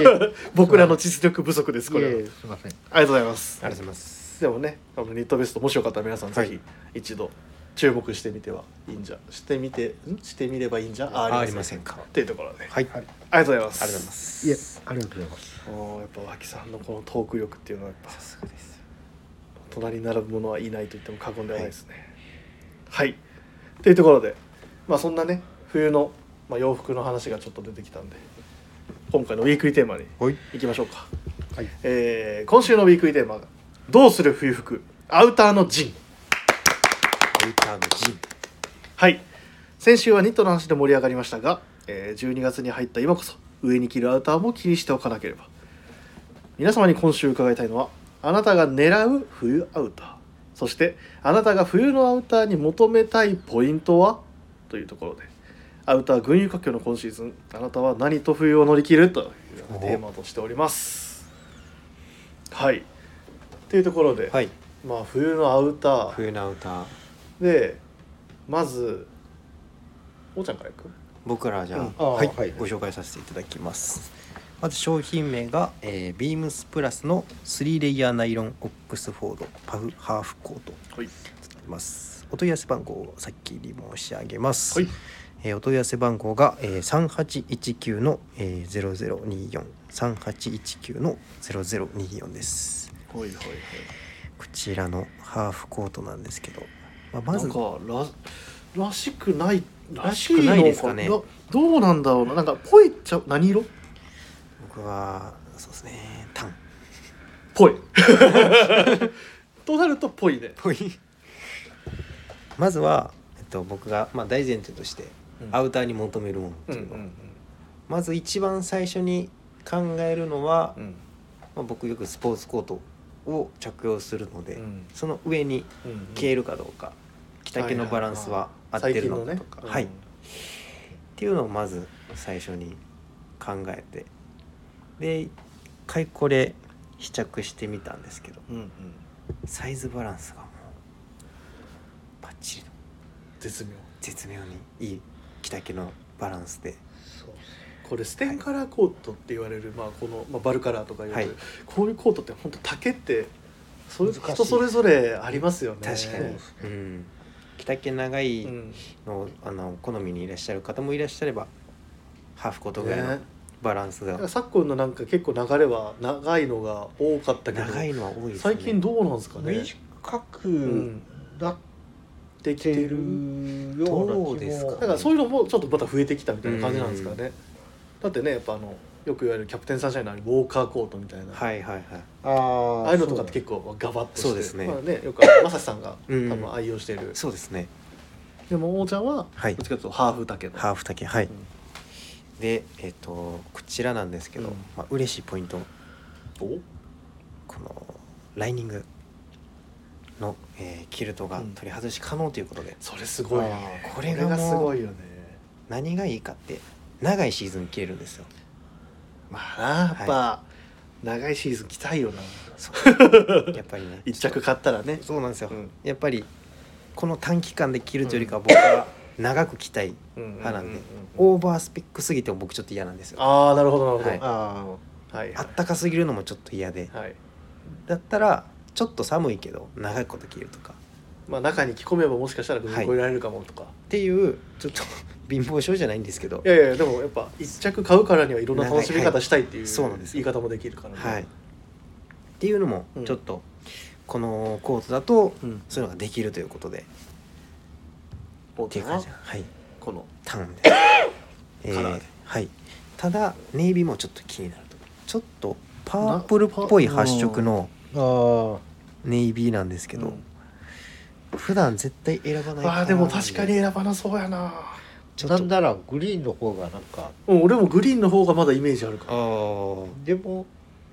[SPEAKER 1] え。
[SPEAKER 2] (laughs) 僕らの実力不足です、こ
[SPEAKER 1] い
[SPEAKER 2] れは。
[SPEAKER 1] えすいません。
[SPEAKER 2] ありがとうございます
[SPEAKER 4] あ。りがとうございます
[SPEAKER 2] でもね、あのニットベスト、もしよかったら皆さんぜひ一度注目してみてはいいんじゃ、してみて、んしてみればいいんじゃ
[SPEAKER 4] あ
[SPEAKER 2] あ
[SPEAKER 4] あ
[SPEAKER 2] り
[SPEAKER 4] り
[SPEAKER 2] ま
[SPEAKER 4] ま
[SPEAKER 2] せ
[SPEAKER 4] せ
[SPEAKER 2] ん
[SPEAKER 4] ん
[SPEAKER 2] か。
[SPEAKER 4] か
[SPEAKER 2] っていうところで。
[SPEAKER 4] はいあり
[SPEAKER 2] ありがとうございま。
[SPEAKER 4] がとうございますす
[SPEAKER 1] いえありがとうございます。
[SPEAKER 2] もうやっぱ脇さんのこのトーク力っていうのはやっぱ
[SPEAKER 4] さすがです
[SPEAKER 2] 隣に並ぶものはいないと言っても過言ではないですね。はい。というところで、まあそんなね、冬の、まあ、洋服の話がちょっと出てきたんで、今回のウィークリーテーマに
[SPEAKER 4] はい
[SPEAKER 2] 行きましょうか。
[SPEAKER 1] はい
[SPEAKER 2] えー今週のウィークリーテーマが「どうする冬服アウターの陣
[SPEAKER 4] アウターの陣」
[SPEAKER 2] はい先週はニットの話で盛り上がりましたが、えー12月に入った今こそ上に着るアウターも気にしておかなければ皆様に今週伺いたいのはあなたが狙う冬アウターそしてあなたが冬のアウターに求めたいポイントはというところでアウター群雄割拠の今シーズンあなたは何と冬を乗り切るというテーマとしておりますはいというところで、
[SPEAKER 4] はい
[SPEAKER 2] まあ冬のアウター
[SPEAKER 4] 冬のアウター
[SPEAKER 2] でまずおーちゃんからいく
[SPEAKER 4] 僕らじゃあ,、
[SPEAKER 2] うん
[SPEAKER 1] あー
[SPEAKER 4] はい
[SPEAKER 1] はい
[SPEAKER 4] ご紹介させていただきますまず商品名が、えービームスプラスの3レイヤーナイロンオックスフォードパフハーフコート
[SPEAKER 2] はい
[SPEAKER 4] となりますお問い合わせ番号を先に申し上げます、
[SPEAKER 2] はい
[SPEAKER 4] えーお問い合わせ番号が、えー、3819の、えー、00243819の0024です
[SPEAKER 2] はいはい
[SPEAKER 4] こちらのハーフコートなんですけど、ま
[SPEAKER 2] は
[SPEAKER 4] あ、ま
[SPEAKER 2] いな
[SPEAKER 4] ず
[SPEAKER 2] んかららしくないらしいの
[SPEAKER 4] らしくないですかね
[SPEAKER 2] どうなんだろうななんかぽいっちゃ何色
[SPEAKER 4] 僕はそうですねタン
[SPEAKER 2] ぽいとなるとぽいね
[SPEAKER 4] ぽい (laughs) まずは、えっと、僕が、まあ、大前提として
[SPEAKER 2] うん
[SPEAKER 4] アウターに求めるものって
[SPEAKER 2] うんう
[SPEAKER 4] いうのを、
[SPEAKER 2] ん
[SPEAKER 4] まず一番最初に考えるのは、
[SPEAKER 2] うん
[SPEAKER 4] まあ、僕よくスポーツコートを着用するので、
[SPEAKER 2] うん
[SPEAKER 4] その上に
[SPEAKER 2] うん
[SPEAKER 4] 消えるかどうか着丈のバランスは合ってるのかとか、は
[SPEAKER 2] 最
[SPEAKER 4] い
[SPEAKER 2] 近
[SPEAKER 4] っていうのをまず最初に考えてで一回これ試着してみたんですけど
[SPEAKER 2] のねうんうんうん
[SPEAKER 4] サイズバランスがもうバッチリの
[SPEAKER 2] 絶妙
[SPEAKER 4] 絶妙にいい着丈のバランスで
[SPEAKER 1] そう
[SPEAKER 2] これステンカラーコートって言われる、まあこの、まあ、バルカラーとか言われる、
[SPEAKER 4] はい
[SPEAKER 2] こういうコートって本当丈ってそれ
[SPEAKER 1] 難しい
[SPEAKER 2] 人それぞれありますよね
[SPEAKER 4] 確か
[SPEAKER 1] そう
[SPEAKER 4] に
[SPEAKER 1] です
[SPEAKER 4] うん着丈長い
[SPEAKER 2] うん
[SPEAKER 4] の,、あの好みにいらっしゃる方もいらっしゃればハーフコートぐらいの
[SPEAKER 2] ね
[SPEAKER 4] バランスが、
[SPEAKER 2] だから昨今のなんか結構流れは長いのが多かったけど
[SPEAKER 4] 長いのは多いですね
[SPEAKER 2] 最近どうなんですかね、
[SPEAKER 1] 短
[SPEAKER 2] う
[SPEAKER 1] く
[SPEAKER 2] ん、
[SPEAKER 1] なっ
[SPEAKER 2] でき
[SPEAKER 1] て
[SPEAKER 2] て
[SPEAKER 1] る
[SPEAKER 2] る
[SPEAKER 1] ような気も
[SPEAKER 4] どうですか
[SPEAKER 2] だからそういうのもちょっとまた増えてきたみたいな感じなんですかね、だってねやっぱあのよく言われるキャプテンサンシャインのあれウォーカーコートみたいな、
[SPEAKER 4] はいはいはい
[SPEAKER 1] ああ
[SPEAKER 2] ああいうのとかって結構ガバッとして
[SPEAKER 4] そうですね
[SPEAKER 2] まあ、ねよくあのまさしさんが多
[SPEAKER 4] うん
[SPEAKER 2] 分愛用している、
[SPEAKER 4] そうですね
[SPEAKER 2] でもおーちゃんは
[SPEAKER 4] はい
[SPEAKER 2] どっちかというとハーフ丈の
[SPEAKER 4] ハーフ丈はい、
[SPEAKER 2] うん
[SPEAKER 4] でえっ、とこちらなんですけど、
[SPEAKER 2] うん
[SPEAKER 4] まあ嬉しいポイント
[SPEAKER 2] お
[SPEAKER 4] このライニングの、えーキルトが取り外し可能ということで、
[SPEAKER 2] それすごいよね
[SPEAKER 4] あー
[SPEAKER 2] こ
[SPEAKER 4] こ
[SPEAKER 2] れ
[SPEAKER 4] れ
[SPEAKER 2] が
[SPEAKER 4] が
[SPEAKER 2] す
[SPEAKER 4] もう
[SPEAKER 2] ごいよね
[SPEAKER 4] 何がいいかって長いシーズン着れるんですよ
[SPEAKER 2] まあなやっぱ、長いシーズン着たいよな (laughs)
[SPEAKER 4] やっぱりね
[SPEAKER 2] 一着買ったらね
[SPEAKER 4] そうなんですよ、
[SPEAKER 2] うん
[SPEAKER 4] やっぱりこの短期間で着るというよりかは僕は長く着たい
[SPEAKER 2] 派
[SPEAKER 4] 派なんで
[SPEAKER 2] お
[SPEAKER 4] オーバースペックすぎても僕ちょっと嫌なんですよあ
[SPEAKER 2] ああなるほどなるほど
[SPEAKER 4] はい
[SPEAKER 1] あ
[SPEAKER 2] はいは
[SPEAKER 4] ったかすぎるのもちょっと嫌で
[SPEAKER 2] いはい
[SPEAKER 4] だったらちょっと寒いけど長いこと着るとか
[SPEAKER 2] まあ中に着込めばもしかしたら組み越えられるかもとか
[SPEAKER 4] っていうちょっと貧乏症じゃないんですけど
[SPEAKER 2] いやいやでもやっぱ一着買うからにはいろんな楽しみ
[SPEAKER 4] 長いは
[SPEAKER 2] 方
[SPEAKER 4] い
[SPEAKER 2] したいっていう
[SPEAKER 4] そうなんです
[SPEAKER 2] 言い
[SPEAKER 4] よ
[SPEAKER 2] 方もできるからね
[SPEAKER 4] はいっていうのも
[SPEAKER 2] うん
[SPEAKER 4] ちょっとこのコートだと
[SPEAKER 2] うん
[SPEAKER 4] そういうのができるということで、
[SPEAKER 2] こ
[SPEAKER 4] っていう感じはい
[SPEAKER 2] この
[SPEAKER 4] タウ
[SPEAKER 2] (coughs)
[SPEAKER 4] ンです、え
[SPEAKER 2] カラー
[SPEAKER 4] ー
[SPEAKER 2] で、
[SPEAKER 4] はいただネイビーもちょっと気になるとちょっとパープルっぽい発色の
[SPEAKER 1] あああ
[SPEAKER 4] ネイビーなんですけど、普段絶対選ばない
[SPEAKER 2] ああでも確かに選ばなそうやな
[SPEAKER 4] ちょ
[SPEAKER 1] な
[SPEAKER 4] っと
[SPEAKER 1] んならグリーンの方がなんか
[SPEAKER 2] うん俺もグリーンの方がまだイメージあるから
[SPEAKER 4] あ
[SPEAKER 1] でも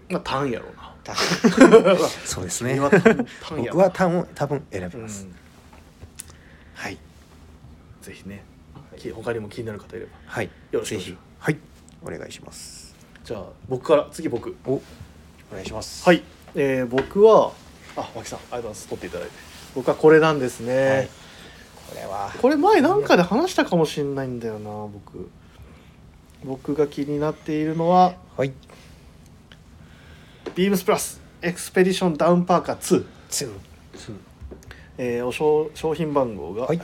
[SPEAKER 2] まあ単やろうな
[SPEAKER 4] あ (laughs) そうですね
[SPEAKER 2] 君
[SPEAKER 4] (laughs)
[SPEAKER 2] は単単やろ
[SPEAKER 4] 僕
[SPEAKER 2] う
[SPEAKER 4] は
[SPEAKER 2] な
[SPEAKER 4] タウンを多分選び
[SPEAKER 2] うん
[SPEAKER 4] ます、はい
[SPEAKER 2] ぜひねき他にも気になる方いれば
[SPEAKER 4] はい
[SPEAKER 2] よろしく
[SPEAKER 4] ぜひはいお願いします
[SPEAKER 2] じゃあ僕から次僕
[SPEAKER 4] おお願いします
[SPEAKER 2] はい、えー、僕はあ脇さんありがとうございます取っていただいて僕はこれなんですね、
[SPEAKER 4] はいこれは
[SPEAKER 2] これ前なんかで話したかもしれないんだよな僕僕が気になっているのは
[SPEAKER 4] はい
[SPEAKER 2] ビームスプラスエクスペディションダウンパーカー2、
[SPEAKER 4] ツー
[SPEAKER 2] えー、お商商品番号が
[SPEAKER 4] はい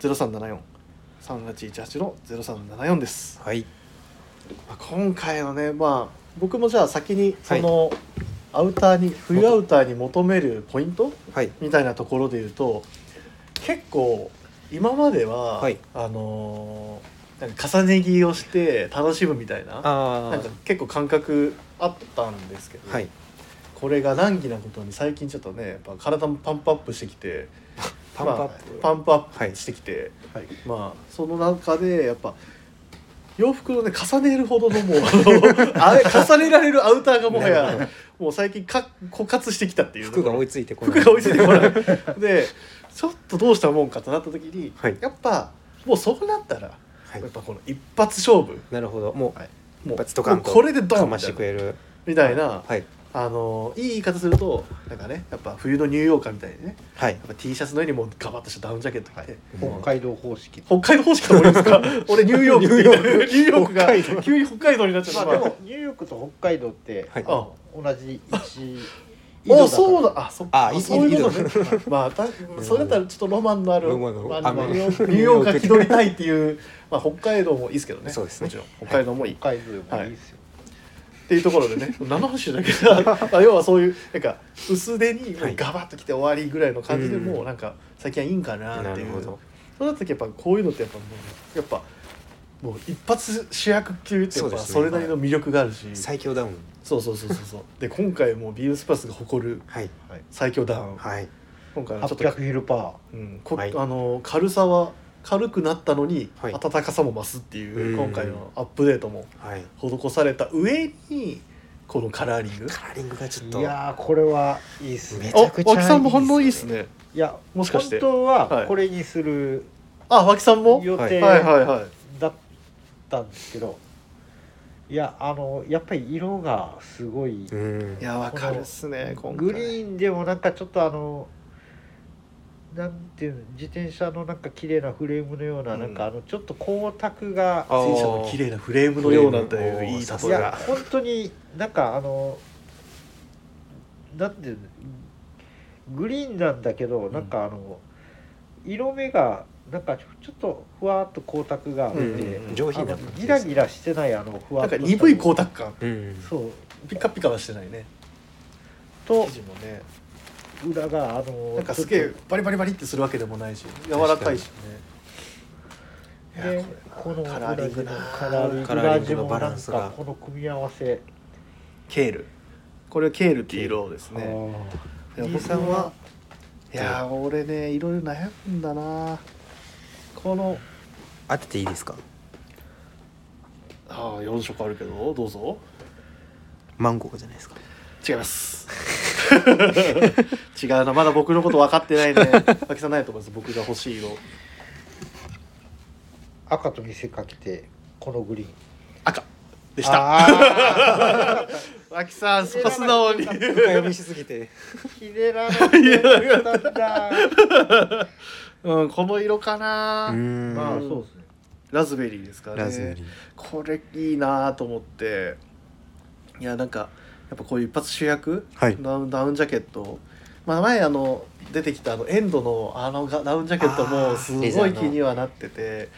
[SPEAKER 2] 3818-0374 3818の0374です、
[SPEAKER 4] はい
[SPEAKER 2] まあ、今回のねまあ僕もじゃあ先にその、アウターに冬アウターに求めるポイント
[SPEAKER 4] はい
[SPEAKER 2] みたいなところで言うと結構今までは、
[SPEAKER 4] はい
[SPEAKER 2] あのーなんか重ね着をして楽しむみたいな
[SPEAKER 4] あ
[SPEAKER 2] なんか結構感覚あったんですけど、
[SPEAKER 4] はい
[SPEAKER 2] これが難儀なことに最近ちょっとねやっぱ体もパンプアップしてきて
[SPEAKER 4] パンプアップ、
[SPEAKER 2] まあパンプア
[SPEAKER 4] は
[SPEAKER 2] ップ
[SPEAKER 4] い
[SPEAKER 2] してきて、
[SPEAKER 1] はい
[SPEAKER 2] まあその中でやっぱ洋服のね重ねるほどの
[SPEAKER 4] (laughs)
[SPEAKER 2] もうあれ重ねられるアウターがもは
[SPEAKER 4] なる
[SPEAKER 2] やもう最近か枯渇してきたっていう
[SPEAKER 4] 服が追
[SPEAKER 2] い
[SPEAKER 4] いついてこない
[SPEAKER 2] 服が追いついてこないでちょっとどうしたもんかとなった時に、
[SPEAKER 4] はい
[SPEAKER 2] やっぱもうそうなったら、
[SPEAKER 4] はい
[SPEAKER 2] やっぱこの一発勝負
[SPEAKER 4] なるほどもう
[SPEAKER 1] はい
[SPEAKER 2] もう
[SPEAKER 4] 一発ドカン
[SPEAKER 2] もう
[SPEAKER 4] と
[SPEAKER 2] これでド
[SPEAKER 4] か
[SPEAKER 2] ン
[SPEAKER 4] ま
[SPEAKER 2] み
[SPEAKER 4] したて
[SPEAKER 2] い
[SPEAKER 4] く
[SPEAKER 2] な
[SPEAKER 4] れる
[SPEAKER 2] みたいな
[SPEAKER 4] はい
[SPEAKER 2] あのいい言い方するとなんかねやっぱ冬のニューヨーカーみたいにね
[SPEAKER 4] はい
[SPEAKER 2] やっぱ T シャツの上にもうガバッとしたダウンジャケット着て、
[SPEAKER 1] 北海道方式
[SPEAKER 2] 北海道方式と思いますか (laughs) 俺ニューヨークって言ってるニューヨークが
[SPEAKER 4] 北海道
[SPEAKER 2] 急に北海道になっちゃっ
[SPEAKER 1] ま
[SPEAKER 2] た、
[SPEAKER 1] あでもニューヨークと北海道って、
[SPEAKER 4] はい
[SPEAKER 1] あの同じ位置
[SPEAKER 2] あそうだあそっか
[SPEAKER 4] あいい
[SPEAKER 2] そういうことねまあたそれだったらちょっとロマンのある
[SPEAKER 4] ロマンの
[SPEAKER 2] まあ
[SPEAKER 4] あの
[SPEAKER 2] ニューヨークニューヨークが気取りたいっていう、まあ、北海道もいいですけどね
[SPEAKER 4] そうですね
[SPEAKER 2] もちろん北海道もいい、
[SPEAKER 1] 北海道でもいいですよ、
[SPEAKER 2] っていうところで
[SPEAKER 4] (laughs)
[SPEAKER 2] ね何の話だっけど、まあ、要はそういうなんか薄手にもうガバッときて終わりぐらいの感じで
[SPEAKER 4] うん
[SPEAKER 2] もうなんか最近はいいんかな
[SPEAKER 4] な
[SPEAKER 2] って
[SPEAKER 4] る
[SPEAKER 2] いう、
[SPEAKER 4] ほ
[SPEAKER 2] そう
[SPEAKER 4] ど
[SPEAKER 2] なった時やっぱこういうのってやっぱもうやっぱもう一発主役級ってやっぱ
[SPEAKER 4] そ
[SPEAKER 2] そう
[SPEAKER 4] で
[SPEAKER 2] れ
[SPEAKER 4] すね
[SPEAKER 2] なりの魅力があるし
[SPEAKER 4] 最強ダウン
[SPEAKER 2] そうそうそうそうそうで今回もうビームスプラスが誇る
[SPEAKER 4] はい
[SPEAKER 2] 最強ダウン、
[SPEAKER 4] はい
[SPEAKER 2] 今回はちょっと
[SPEAKER 1] 800ヒルパ
[SPEAKER 2] うんこ
[SPEAKER 4] はい
[SPEAKER 2] あの軽さは軽くなったのに
[SPEAKER 4] はい
[SPEAKER 2] 暖かさも増すっていう、
[SPEAKER 4] うん
[SPEAKER 2] 今回のアップデートも
[SPEAKER 4] はい
[SPEAKER 2] 施された上にこのカラーリング
[SPEAKER 4] カラーリングがちょっ
[SPEAKER 1] ー
[SPEAKER 4] と
[SPEAKER 1] いやーこれはいいっす
[SPEAKER 4] め
[SPEAKER 1] ね
[SPEAKER 4] ちゃくちゃいい
[SPEAKER 2] あ脇さんも反応いいですね
[SPEAKER 1] いや
[SPEAKER 2] もしかして
[SPEAKER 1] 本当
[SPEAKER 2] は
[SPEAKER 1] はいこれにする
[SPEAKER 2] あ脇さんも
[SPEAKER 1] 予
[SPEAKER 4] はい
[SPEAKER 1] 定
[SPEAKER 2] はいはいはい
[SPEAKER 1] だったんですけど、いやあのやっぱり色がすごい、
[SPEAKER 4] うん
[SPEAKER 2] いやわかるっすね今回
[SPEAKER 1] グリーンでもなんかちょっとあのなんていうの自転車のなんか綺麗なフレームのような、
[SPEAKER 2] うん
[SPEAKER 1] なんかあのちょっと光沢が
[SPEAKER 4] あー
[SPEAKER 2] 自転車の綺麗なフレームのようなという
[SPEAKER 4] フレ
[SPEAKER 2] いい
[SPEAKER 4] ーム
[SPEAKER 2] 例え
[SPEAKER 4] さ
[SPEAKER 2] が
[SPEAKER 4] す
[SPEAKER 1] い
[SPEAKER 4] が
[SPEAKER 1] や本当になんかあのなんていうのグリーンなんだけど
[SPEAKER 2] ん
[SPEAKER 1] なんかあの、色目がなんかちょっとふわっと光沢があって、
[SPEAKER 2] うんうんうん
[SPEAKER 4] 上
[SPEAKER 1] あ
[SPEAKER 4] 品な
[SPEAKER 1] の
[SPEAKER 4] 感
[SPEAKER 1] ギ
[SPEAKER 4] じ
[SPEAKER 1] ラ
[SPEAKER 4] です
[SPEAKER 1] ギラしてないあのふわっ
[SPEAKER 2] なん
[SPEAKER 1] と
[SPEAKER 2] か
[SPEAKER 1] した
[SPEAKER 2] 鈍い光沢感
[SPEAKER 4] うん
[SPEAKER 1] そう
[SPEAKER 2] ピカピカはしてないね
[SPEAKER 1] と
[SPEAKER 2] 生地もね
[SPEAKER 1] 裏があの
[SPEAKER 2] なんかすげ
[SPEAKER 1] ちょ
[SPEAKER 2] え
[SPEAKER 1] っ
[SPEAKER 2] バリバリバリってするわけでもないし柔らかいし
[SPEAKER 1] と
[SPEAKER 2] ねいや
[SPEAKER 1] で
[SPEAKER 2] これ
[SPEAKER 1] この
[SPEAKER 4] カラーリングな
[SPEAKER 1] カラーリング
[SPEAKER 4] カラーリング
[SPEAKER 1] の
[SPEAKER 4] の
[SPEAKER 1] バ
[SPEAKER 4] バ
[SPEAKER 1] ラ
[SPEAKER 4] ラ
[SPEAKER 1] ン
[SPEAKER 4] ン
[SPEAKER 1] ス
[SPEAKER 4] ス
[SPEAKER 1] が
[SPEAKER 4] が
[SPEAKER 1] この組み合わせ
[SPEAKER 2] ケールこれはケールっていう色ですね
[SPEAKER 1] あー
[SPEAKER 2] お子さんはいやー俺ねいろいろ悩むんだなこの
[SPEAKER 4] 当てていいですか
[SPEAKER 2] ああ4色あるけどどうぞ
[SPEAKER 4] マンゴーじゃないですか
[SPEAKER 2] 違います (laughs) 違うなまだ僕のこと分かってない (laughs) ね秋さんないと思います僕が欲しい色
[SPEAKER 1] 赤と見せかけてこのグリーン
[SPEAKER 2] 赤
[SPEAKER 1] で
[SPEAKER 2] でした
[SPEAKER 1] た
[SPEAKER 2] 秋さんそう素直にいや
[SPEAKER 4] 深読みしすぎて
[SPEAKER 1] ひねらなかったんだ
[SPEAKER 2] うんこの色かな、
[SPEAKER 4] ん
[SPEAKER 1] まあそうですね
[SPEAKER 2] ラズベリーですかね
[SPEAKER 4] ラズベリー
[SPEAKER 2] これいいなと思っていやなんかやっぱこういう一発主役、
[SPEAKER 4] はい
[SPEAKER 2] ダウンダウンジャケット、まあ、前あの出てきたあのエンドのあのがダウンジャケット
[SPEAKER 4] あ
[SPEAKER 2] も
[SPEAKER 4] ー
[SPEAKER 2] す
[SPEAKER 4] レザ
[SPEAKER 2] ごい
[SPEAKER 4] ーの
[SPEAKER 2] 気にはなってて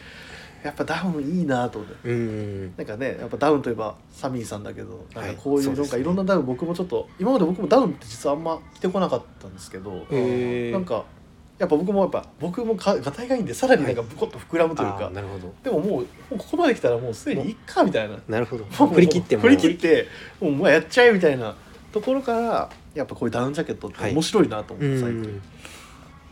[SPEAKER 2] やっぱダウンいいなと思って。
[SPEAKER 4] うん
[SPEAKER 2] なんかねやっぱダウンといえばサミーさんだけどなんか
[SPEAKER 4] はい
[SPEAKER 2] こういう
[SPEAKER 4] そう
[SPEAKER 2] な
[SPEAKER 4] ですね
[SPEAKER 2] んかいろんなダウン僕もちょっと今まで僕もダウンって実はあんま着てこなかったんですけど
[SPEAKER 4] へー
[SPEAKER 2] なんかやっぱ僕もやっぱ僕もかがたいがいいんでさらになんかブコッと膨らむという
[SPEAKER 4] あ
[SPEAKER 2] か
[SPEAKER 4] ーなるほど
[SPEAKER 2] でももうもうここまで来たらもうすでにいっかみたいな
[SPEAKER 4] なるほど
[SPEAKER 2] もう
[SPEAKER 4] 振り切っても
[SPEAKER 2] 振り切ってもうもうやっちゃえみたいなところからやっぱこういうダウンジャケットって面白いなと思
[SPEAKER 4] う
[SPEAKER 2] って、最近
[SPEAKER 4] ん
[SPEAKER 2] っ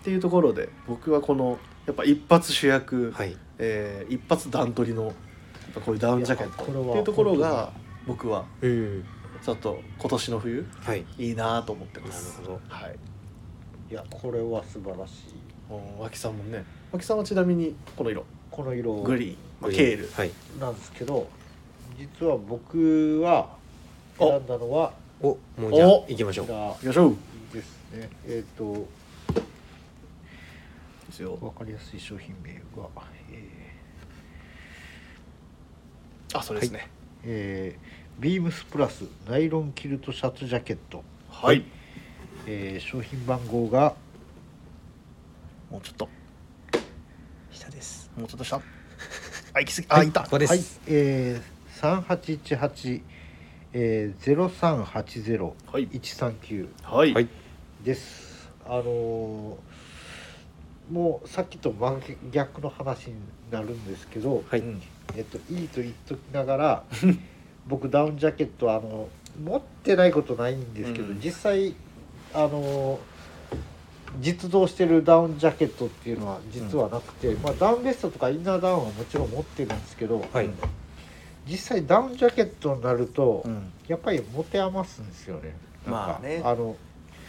[SPEAKER 2] ていうところで僕はこのやっぱ一発主役、
[SPEAKER 4] はい
[SPEAKER 2] えー一発段取りのやっぱこういうダウンジャケット
[SPEAKER 1] いやこれは
[SPEAKER 2] っていうところが僕は
[SPEAKER 4] うん
[SPEAKER 2] ちょっと今年の冬
[SPEAKER 4] はい
[SPEAKER 2] いいなと思ってま
[SPEAKER 4] なる
[SPEAKER 2] す
[SPEAKER 4] ほ。ど
[SPEAKER 2] はい。
[SPEAKER 1] いやこれは素晴らしい
[SPEAKER 2] もう脇さんもね、脇さんはちなみにこの色
[SPEAKER 1] この色
[SPEAKER 2] グリーン、まあ、
[SPEAKER 4] グリ
[SPEAKER 2] ケール。
[SPEAKER 4] はい
[SPEAKER 1] なんですけど実は僕は選んだのは
[SPEAKER 4] おもうじゃあ
[SPEAKER 2] お
[SPEAKER 4] 行きましょ
[SPEAKER 1] こ
[SPEAKER 4] う
[SPEAKER 1] ちら
[SPEAKER 2] よいしょ。
[SPEAKER 1] ですねえっ、と
[SPEAKER 2] ですよ。
[SPEAKER 1] わかりやすい商品名がえ
[SPEAKER 2] あ、それですね。
[SPEAKER 1] ーえービームスプラスナイロンキルトシャツジャケット、
[SPEAKER 2] はい。
[SPEAKER 1] えー商品番号が
[SPEAKER 2] もうちょっと、
[SPEAKER 4] 下です
[SPEAKER 2] もうちょっと (laughs) した。あ、行き過ぎ。あ、いた。
[SPEAKER 4] ここです、
[SPEAKER 1] はい、えー、3818えー、
[SPEAKER 2] はい。
[SPEAKER 1] 0380-139
[SPEAKER 2] はい。
[SPEAKER 4] はい
[SPEAKER 1] です。あのーもうさっきと真逆の話になるんですけど、
[SPEAKER 4] はい
[SPEAKER 2] うん
[SPEAKER 1] えっと、いいと言っときながら (laughs) 僕ダウンジャケットあの持ってないことないんですけど、
[SPEAKER 2] うん
[SPEAKER 1] 実際あの実動してるダウンジャケットっていうのは実はなくて、まあ、ダウンベストとかインナーダウンはもちろん持ってるんですけど、
[SPEAKER 4] はい
[SPEAKER 1] 実際ダウンジャケットになると、
[SPEAKER 2] うん
[SPEAKER 1] やっぱり持て余すんですよね。なんか
[SPEAKER 2] まあね
[SPEAKER 1] あの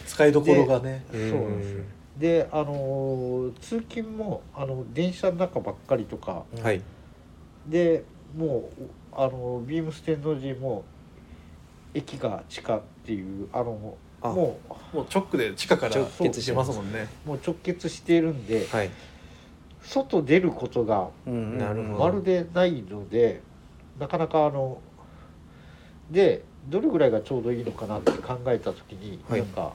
[SPEAKER 2] 使いどころがね。
[SPEAKER 1] そうなんですよであのー通勤もあの電車の中ばっかりとか
[SPEAKER 2] うん
[SPEAKER 4] はい。
[SPEAKER 1] でもうあのビームス天王寺も駅が地下っていうあの
[SPEAKER 4] あ
[SPEAKER 1] も
[SPEAKER 2] もう直で地下から
[SPEAKER 4] 直
[SPEAKER 1] 結
[SPEAKER 2] しますもんね。
[SPEAKER 1] うもう直結しているんで、
[SPEAKER 4] はい
[SPEAKER 1] 外出ることが
[SPEAKER 2] うん
[SPEAKER 4] なるほど
[SPEAKER 1] まるでないので、なかなかあのでどれぐらいがちょうどいいのかなって考えた時に、
[SPEAKER 4] はい
[SPEAKER 1] なんか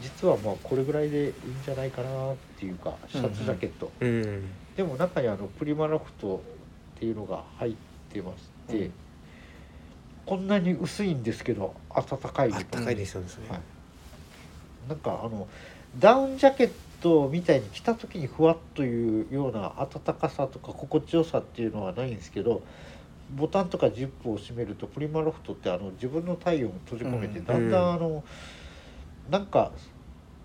[SPEAKER 1] 実はまあこれぐらいでいいんじゃないかなっていうかシャツジャケット、
[SPEAKER 4] うん
[SPEAKER 1] でも中にあのプリマラフトっていうのが入ってまして、
[SPEAKER 2] うん
[SPEAKER 1] こんなに薄いんですけど暖かい
[SPEAKER 4] あったかいですよねそれ
[SPEAKER 1] はいなんかあのダウンジャケットみたいに着た時にふわっというような暖かさとか心地よさっていうのはないんですけどボタンとかジップを閉めるとプリマロフトってあの自分の体温を閉じ込めて
[SPEAKER 2] うん
[SPEAKER 1] だんだんあの、なんか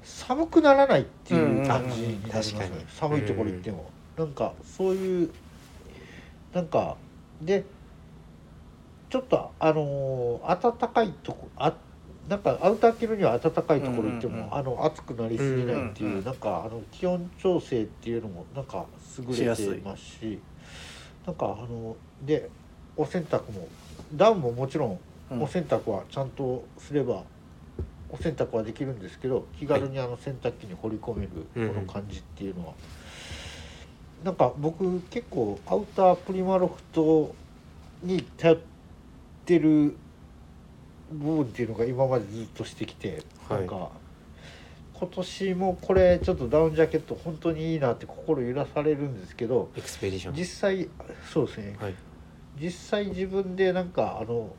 [SPEAKER 1] 寒くならないっていう感じになりますね、
[SPEAKER 4] うんうんうん確かに
[SPEAKER 1] 寒いところ行っても、なんかそういうなんかでちょっとあのー暖かいとこあなんかアウター着るには暖かいところ行っても、
[SPEAKER 2] うんうんうん
[SPEAKER 1] あの暑くなりすぎないっていう、
[SPEAKER 2] うんうんうん
[SPEAKER 1] なんかあの気温調整っていうのもなんか優れていますしなんかあのでお洗濯もダウンももちろん
[SPEAKER 2] うん
[SPEAKER 1] お洗濯はちゃんとすればお洗濯はできるんですけど気軽にあの洗濯機に放り込めるこの感じっていうのは、なんか僕結構アウタープリマロフトに頼ってる部分っていうのが今までずっとしてきて、
[SPEAKER 4] はい
[SPEAKER 1] なんか今年もこれちょっとダウンジャケット本当にいいなって心揺らされるんですけど
[SPEAKER 4] エクスペディション
[SPEAKER 1] 実際そうですね
[SPEAKER 4] はい
[SPEAKER 1] 実際自分でなんかあの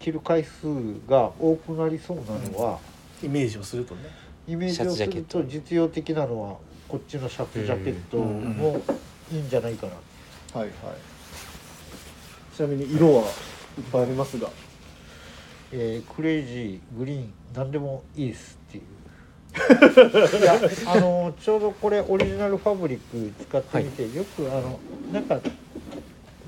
[SPEAKER 1] 着る回数が多くなりそうなのは、
[SPEAKER 2] イメージをするとね
[SPEAKER 1] イメージをすると実用的なのはこっちのシャツジャケットもいいんじゃないかな、
[SPEAKER 2] はいはいちなみに色はいっぱいありますが
[SPEAKER 1] えークレイジーグリーン何でもいいですっていういやあのちょうどこれオリジナルファブリック使ってみて、よくあのなんか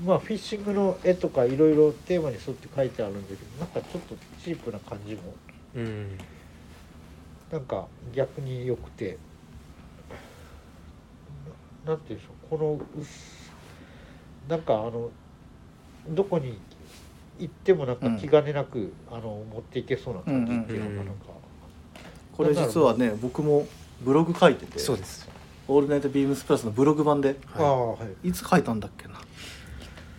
[SPEAKER 1] まあフィッシングの絵とかいろいろテーマに沿って書いてあるんだけどなんかちょっとチープな感じも
[SPEAKER 4] うん
[SPEAKER 1] なんか逆に良くてななんていうんでしょうこのうっすなんかあのどこに行ってもなんか気兼ねなく、あの持っていけそうな感じっていうのがなんか、
[SPEAKER 2] これ実はね僕もブログ書いてて
[SPEAKER 4] そうです
[SPEAKER 2] オールナイトビームスプラス」のブログ版で
[SPEAKER 4] うん
[SPEAKER 1] ああはい
[SPEAKER 2] いつ書いたんだっけな
[SPEAKER 4] 1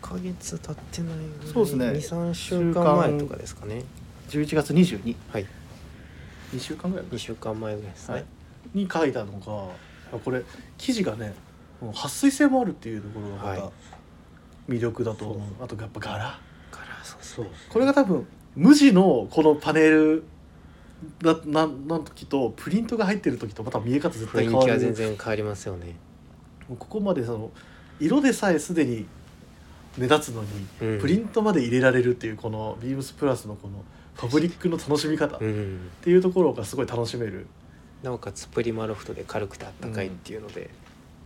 [SPEAKER 4] ヶ月経ってないぐらい
[SPEAKER 2] そうですね
[SPEAKER 4] 23週間前とかですかね
[SPEAKER 2] 11月22
[SPEAKER 4] はい
[SPEAKER 2] 二週間ぐらい
[SPEAKER 4] 2週間前ぐらいですね、
[SPEAKER 2] はいに書いたのがこれ生地がねもう撥水性もあるっていうところがま
[SPEAKER 4] は
[SPEAKER 2] た
[SPEAKER 4] い
[SPEAKER 2] 魅力だと思う、あとやっぱ柄
[SPEAKER 4] からそうです
[SPEAKER 1] そうですね
[SPEAKER 2] これが多分無地のこのパネルだななん時とプリントが入ってる時とまた見え方絶対変
[SPEAKER 4] 雰囲
[SPEAKER 2] わ
[SPEAKER 4] 気は
[SPEAKER 2] る
[SPEAKER 4] 全然変わりますよね
[SPEAKER 2] もうここまでその色でさえすでに目立つのに、
[SPEAKER 4] うん
[SPEAKER 2] プリントまで入れられるっていうこのビームスプラスのこのファブリックの楽しみ方っ
[SPEAKER 4] うん
[SPEAKER 2] ていうところがすごい楽しめる
[SPEAKER 4] なおかつプリマロフトで軽くてあったかいっていうので、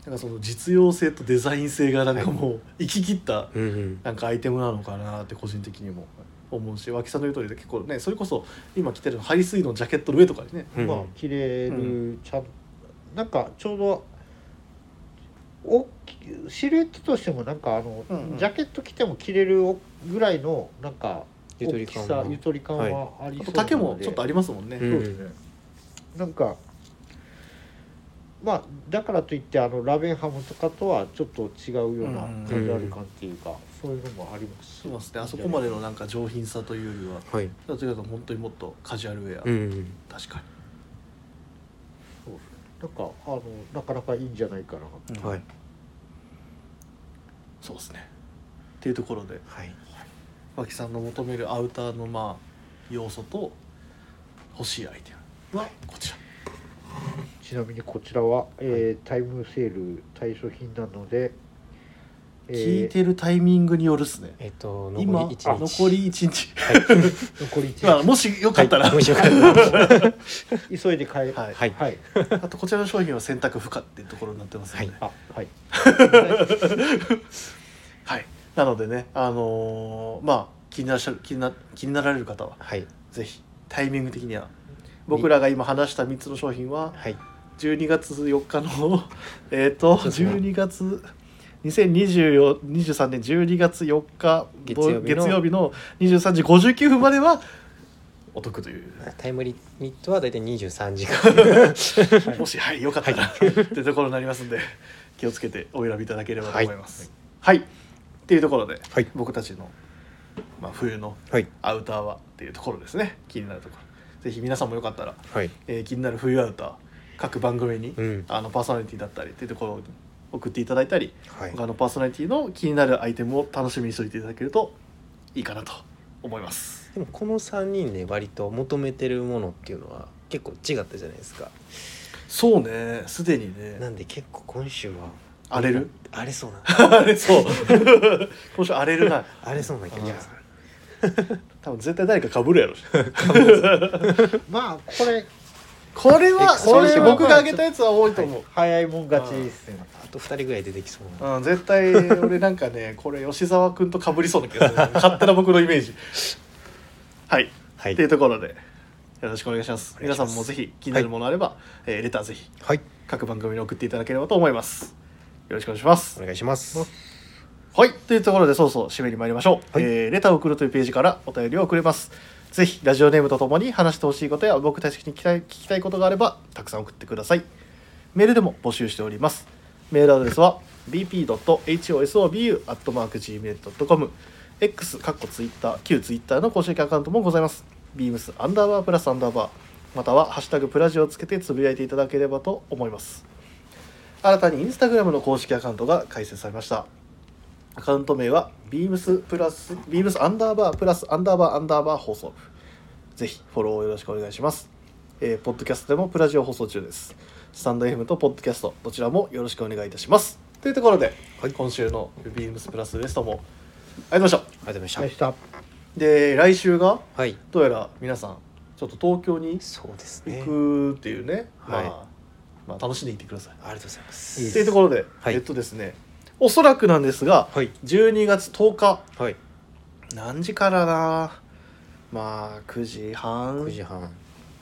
[SPEAKER 2] なんかその実用性とデザイン性がなんか
[SPEAKER 4] はい
[SPEAKER 2] もう行き切った
[SPEAKER 4] うんうん
[SPEAKER 2] なんかアイテムなのかなって個人的にも思うし脇さんの言う通りで結構ねそれこそ今着てるのハリスイのジャケットの上とかにね
[SPEAKER 4] うん
[SPEAKER 1] まあ着れるちゃんなんかちょうどおシルエットとしてもなんかあの、
[SPEAKER 2] うんうん
[SPEAKER 1] ジャケット着ても着れるおぐらいのなんか
[SPEAKER 4] ゆとり
[SPEAKER 1] 大き
[SPEAKER 4] 感
[SPEAKER 1] さ
[SPEAKER 4] は
[SPEAKER 1] ゆとり感
[SPEAKER 4] は
[SPEAKER 1] はあり
[SPEAKER 2] あ
[SPEAKER 1] そうなので、
[SPEAKER 2] と丈もちょっとありますもんね、
[SPEAKER 4] う
[SPEAKER 1] そうですね。なんかまあだからといってあのラベンハムとかとはちょっと違うような
[SPEAKER 2] うん
[SPEAKER 1] カジュアル感っていうか、そういうのもありますし
[SPEAKER 2] そうですねあそこまでのなんか上品さというよりは
[SPEAKER 4] はい
[SPEAKER 2] どちらかというと本当にもっとカジュアルウェア、
[SPEAKER 4] うんうん
[SPEAKER 2] 確か
[SPEAKER 1] そうなんかあのなかなかいいんじゃないかな
[SPEAKER 2] に、
[SPEAKER 4] はい
[SPEAKER 2] そうですねっていうところで
[SPEAKER 4] はい
[SPEAKER 2] 脇さんの求めるアウターのまあ要素と欲しいアイテムはこちら
[SPEAKER 1] ちなみにこちらは、えータイムセール対象品なので、えー
[SPEAKER 2] 聞いてるタイミングによるっすね
[SPEAKER 4] えっ、と
[SPEAKER 2] 今
[SPEAKER 4] 残り一日
[SPEAKER 2] あ残り1日、 (laughs)
[SPEAKER 1] 残り1
[SPEAKER 2] まあ、もしよかったら、
[SPEAKER 4] はいもしよかったら
[SPEAKER 1] 急いで買え
[SPEAKER 2] はい
[SPEAKER 4] はい
[SPEAKER 1] はい
[SPEAKER 2] あとこちらの商品は選択不可っていうところになってますので、
[SPEAKER 4] は
[SPEAKER 2] はい
[SPEAKER 1] あはい
[SPEAKER 2] なのでね、あのーまあ気にならしゃる気にな気になられる方は
[SPEAKER 4] はい
[SPEAKER 2] ぜひタイミング的には僕らが今話した3つの商品は
[SPEAKER 4] はい
[SPEAKER 2] 12月4日の (laughs) えっと
[SPEAKER 4] そうですね
[SPEAKER 2] 12月2023年12月4日
[SPEAKER 4] 月曜日の
[SPEAKER 2] 月曜日の23時59分まではお得という、
[SPEAKER 4] タイムリミットは大体23時間
[SPEAKER 2] もしはいよかったら、ってところになりますんで気をつけてお選びいただければと思います。はい、っていうところで、
[SPEAKER 4] はい
[SPEAKER 2] 僕たちの、まあ、冬の
[SPEAKER 4] はい
[SPEAKER 2] アウターはっていうところですね気になるところ。ぜひ皆さんもよかったら
[SPEAKER 4] はい
[SPEAKER 2] えー気になる冬アウター各番組に、
[SPEAKER 4] うん
[SPEAKER 2] あのパーソナリティだったりっていうところを送っていただいたり、
[SPEAKER 4] はい
[SPEAKER 2] 他のパーソナリティの気になるアイテムを楽しみにしておいていただけるといいかなと思います。
[SPEAKER 4] でもこの3人で割と求めてるものっていうのは結構違ったじゃないですか
[SPEAKER 2] そうねすでに
[SPEAKER 4] な
[SPEAKER 2] ね
[SPEAKER 4] んで結構今週は
[SPEAKER 2] 荒れる
[SPEAKER 4] 荒れそうな
[SPEAKER 2] 荒れ (laughs) そう今週荒れるな
[SPEAKER 4] 荒れそうな気がします
[SPEAKER 2] 多分絶対誰か被るやろ
[SPEAKER 1] まあこれ
[SPEAKER 2] (laughs) これは
[SPEAKER 1] え
[SPEAKER 2] これ
[SPEAKER 1] そうそう
[SPEAKER 2] 僕が挙げたやつは多いと思う、
[SPEAKER 1] 早いもん勝ちですね
[SPEAKER 4] あと2人ぐらい出てきそうな
[SPEAKER 2] うん、絶対俺なんかね (laughs) これ吉沢君と被りそうな気がする勝手な僕のイメージはい
[SPEAKER 4] は
[SPEAKER 2] っていうところでよろしくお願いします
[SPEAKER 4] お願いします
[SPEAKER 2] 皆さんもぜひ気になるものあれば、えーレターぜひ
[SPEAKER 4] はい
[SPEAKER 2] 各番組に送っていただければと思いますよろしくお願いします
[SPEAKER 4] お願いします
[SPEAKER 2] はいというところでそうそう締めに参りましょう、
[SPEAKER 4] はい
[SPEAKER 2] えーレターを送るというページからお便りを送れますぜひラジオネームとともに話してほしいことや僕たちに聞きたい聞きたいことがあればたくさん送ってくださいメールでも募集しておりますメールアドレスは bp.hosobu.gmail.com x かっこ Twitter 旧 Twitter の公式アカウントもございます beams アンダーバープラスアンダーバーまたは「ハッシュタグプラジ」をつけてつぶやいていただければと思います新たにインスタグラムの公式アカウントが開設されましたアカウント名は beams プラス beams アンダーバープラスアンダーバーアンダーバー放送部ぜひフォローをよろしくお願いします、えーポッドキャストでもプラジオ放送中ですスタンド FM とポッドキャストどちらもよろしくお願いいたしますというところで、今週の beams プラスウエストもありがと
[SPEAKER 3] ありが
[SPEAKER 2] うございまし
[SPEAKER 3] とうござい
[SPEAKER 1] 明
[SPEAKER 3] まし
[SPEAKER 1] 日
[SPEAKER 2] たで来週が
[SPEAKER 3] たはい
[SPEAKER 2] どうやら皆さんちょっと東京に
[SPEAKER 3] そうですね
[SPEAKER 2] 行くっていうねまあ
[SPEAKER 3] はい
[SPEAKER 2] まあ、楽しんでいってください。
[SPEAKER 3] ありがとうございま
[SPEAKER 2] と
[SPEAKER 3] す
[SPEAKER 2] いうところで、
[SPEAKER 3] はい
[SPEAKER 2] えっとですねおそらくなんですが
[SPEAKER 3] はい
[SPEAKER 2] 12月10日
[SPEAKER 3] はい
[SPEAKER 2] 何時からなまあ9時半
[SPEAKER 3] 9時半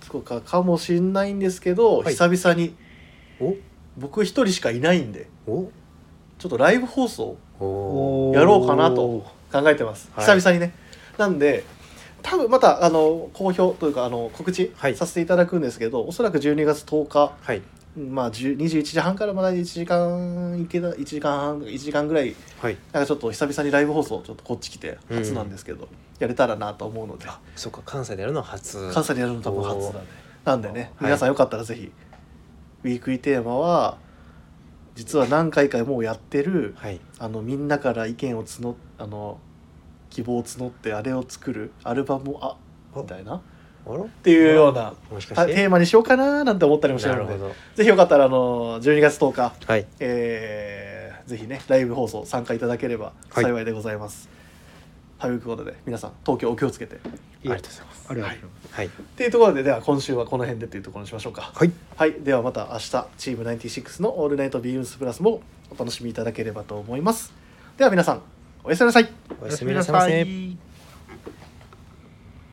[SPEAKER 2] とかかもしんないんですけど、
[SPEAKER 3] はい
[SPEAKER 2] 久々に
[SPEAKER 3] お
[SPEAKER 2] 僕一人しかいないんで
[SPEAKER 3] お
[SPEAKER 2] ちょっとライブ放送
[SPEAKER 3] お
[SPEAKER 2] やろうかなと考えてます
[SPEAKER 3] はい
[SPEAKER 2] 久々にね、なんで多分またあの公表というかあの告知
[SPEAKER 3] はい
[SPEAKER 2] させていただくんですけど、おそらく12月10日
[SPEAKER 3] はい
[SPEAKER 2] まあ、10 21時半からまだ1時間いけた1時間半1時間ぐらい
[SPEAKER 3] はい
[SPEAKER 2] なんかちょっと久々にライブ放送ちょっとこっち来て初なんですけど、やれたらなと思うので
[SPEAKER 3] そっか関西でやるのは初
[SPEAKER 2] 関西でやるの多分初だねなんでね
[SPEAKER 3] はい
[SPEAKER 2] 皆さんよかったらぜひウィークリーテーマは実は何回かもうやってる
[SPEAKER 3] はい
[SPEAKER 2] あのみんなから意見を募っあの希望を募ってあれを作るアルバムをあみたいなっ
[SPEAKER 3] あらも
[SPEAKER 2] ていうような
[SPEAKER 3] しか
[SPEAKER 2] た
[SPEAKER 3] して
[SPEAKER 2] テーマにしようかななんて思ったりもして
[SPEAKER 3] な
[SPEAKER 2] る
[SPEAKER 3] る
[SPEAKER 2] ので
[SPEAKER 3] ほど
[SPEAKER 2] ぜひよかったらあの12月10日
[SPEAKER 3] はい
[SPEAKER 2] えーぜひねライブ放送参加いただければ
[SPEAKER 3] はい
[SPEAKER 2] 幸いでございます。ということで皆さん東京お気をつけて。っ
[SPEAKER 3] ありがとうございます
[SPEAKER 1] ありがとうございます
[SPEAKER 3] はい
[SPEAKER 2] ていうところででは今週はこの辺でというところにしましょうか。
[SPEAKER 3] はい
[SPEAKER 2] はい、ではまた明日チーム96の「オールナイトビームスプラス」もお楽しみいただければと思います。では皆さんおやすみなさい。
[SPEAKER 3] おやすみなさいませ
[SPEAKER 1] い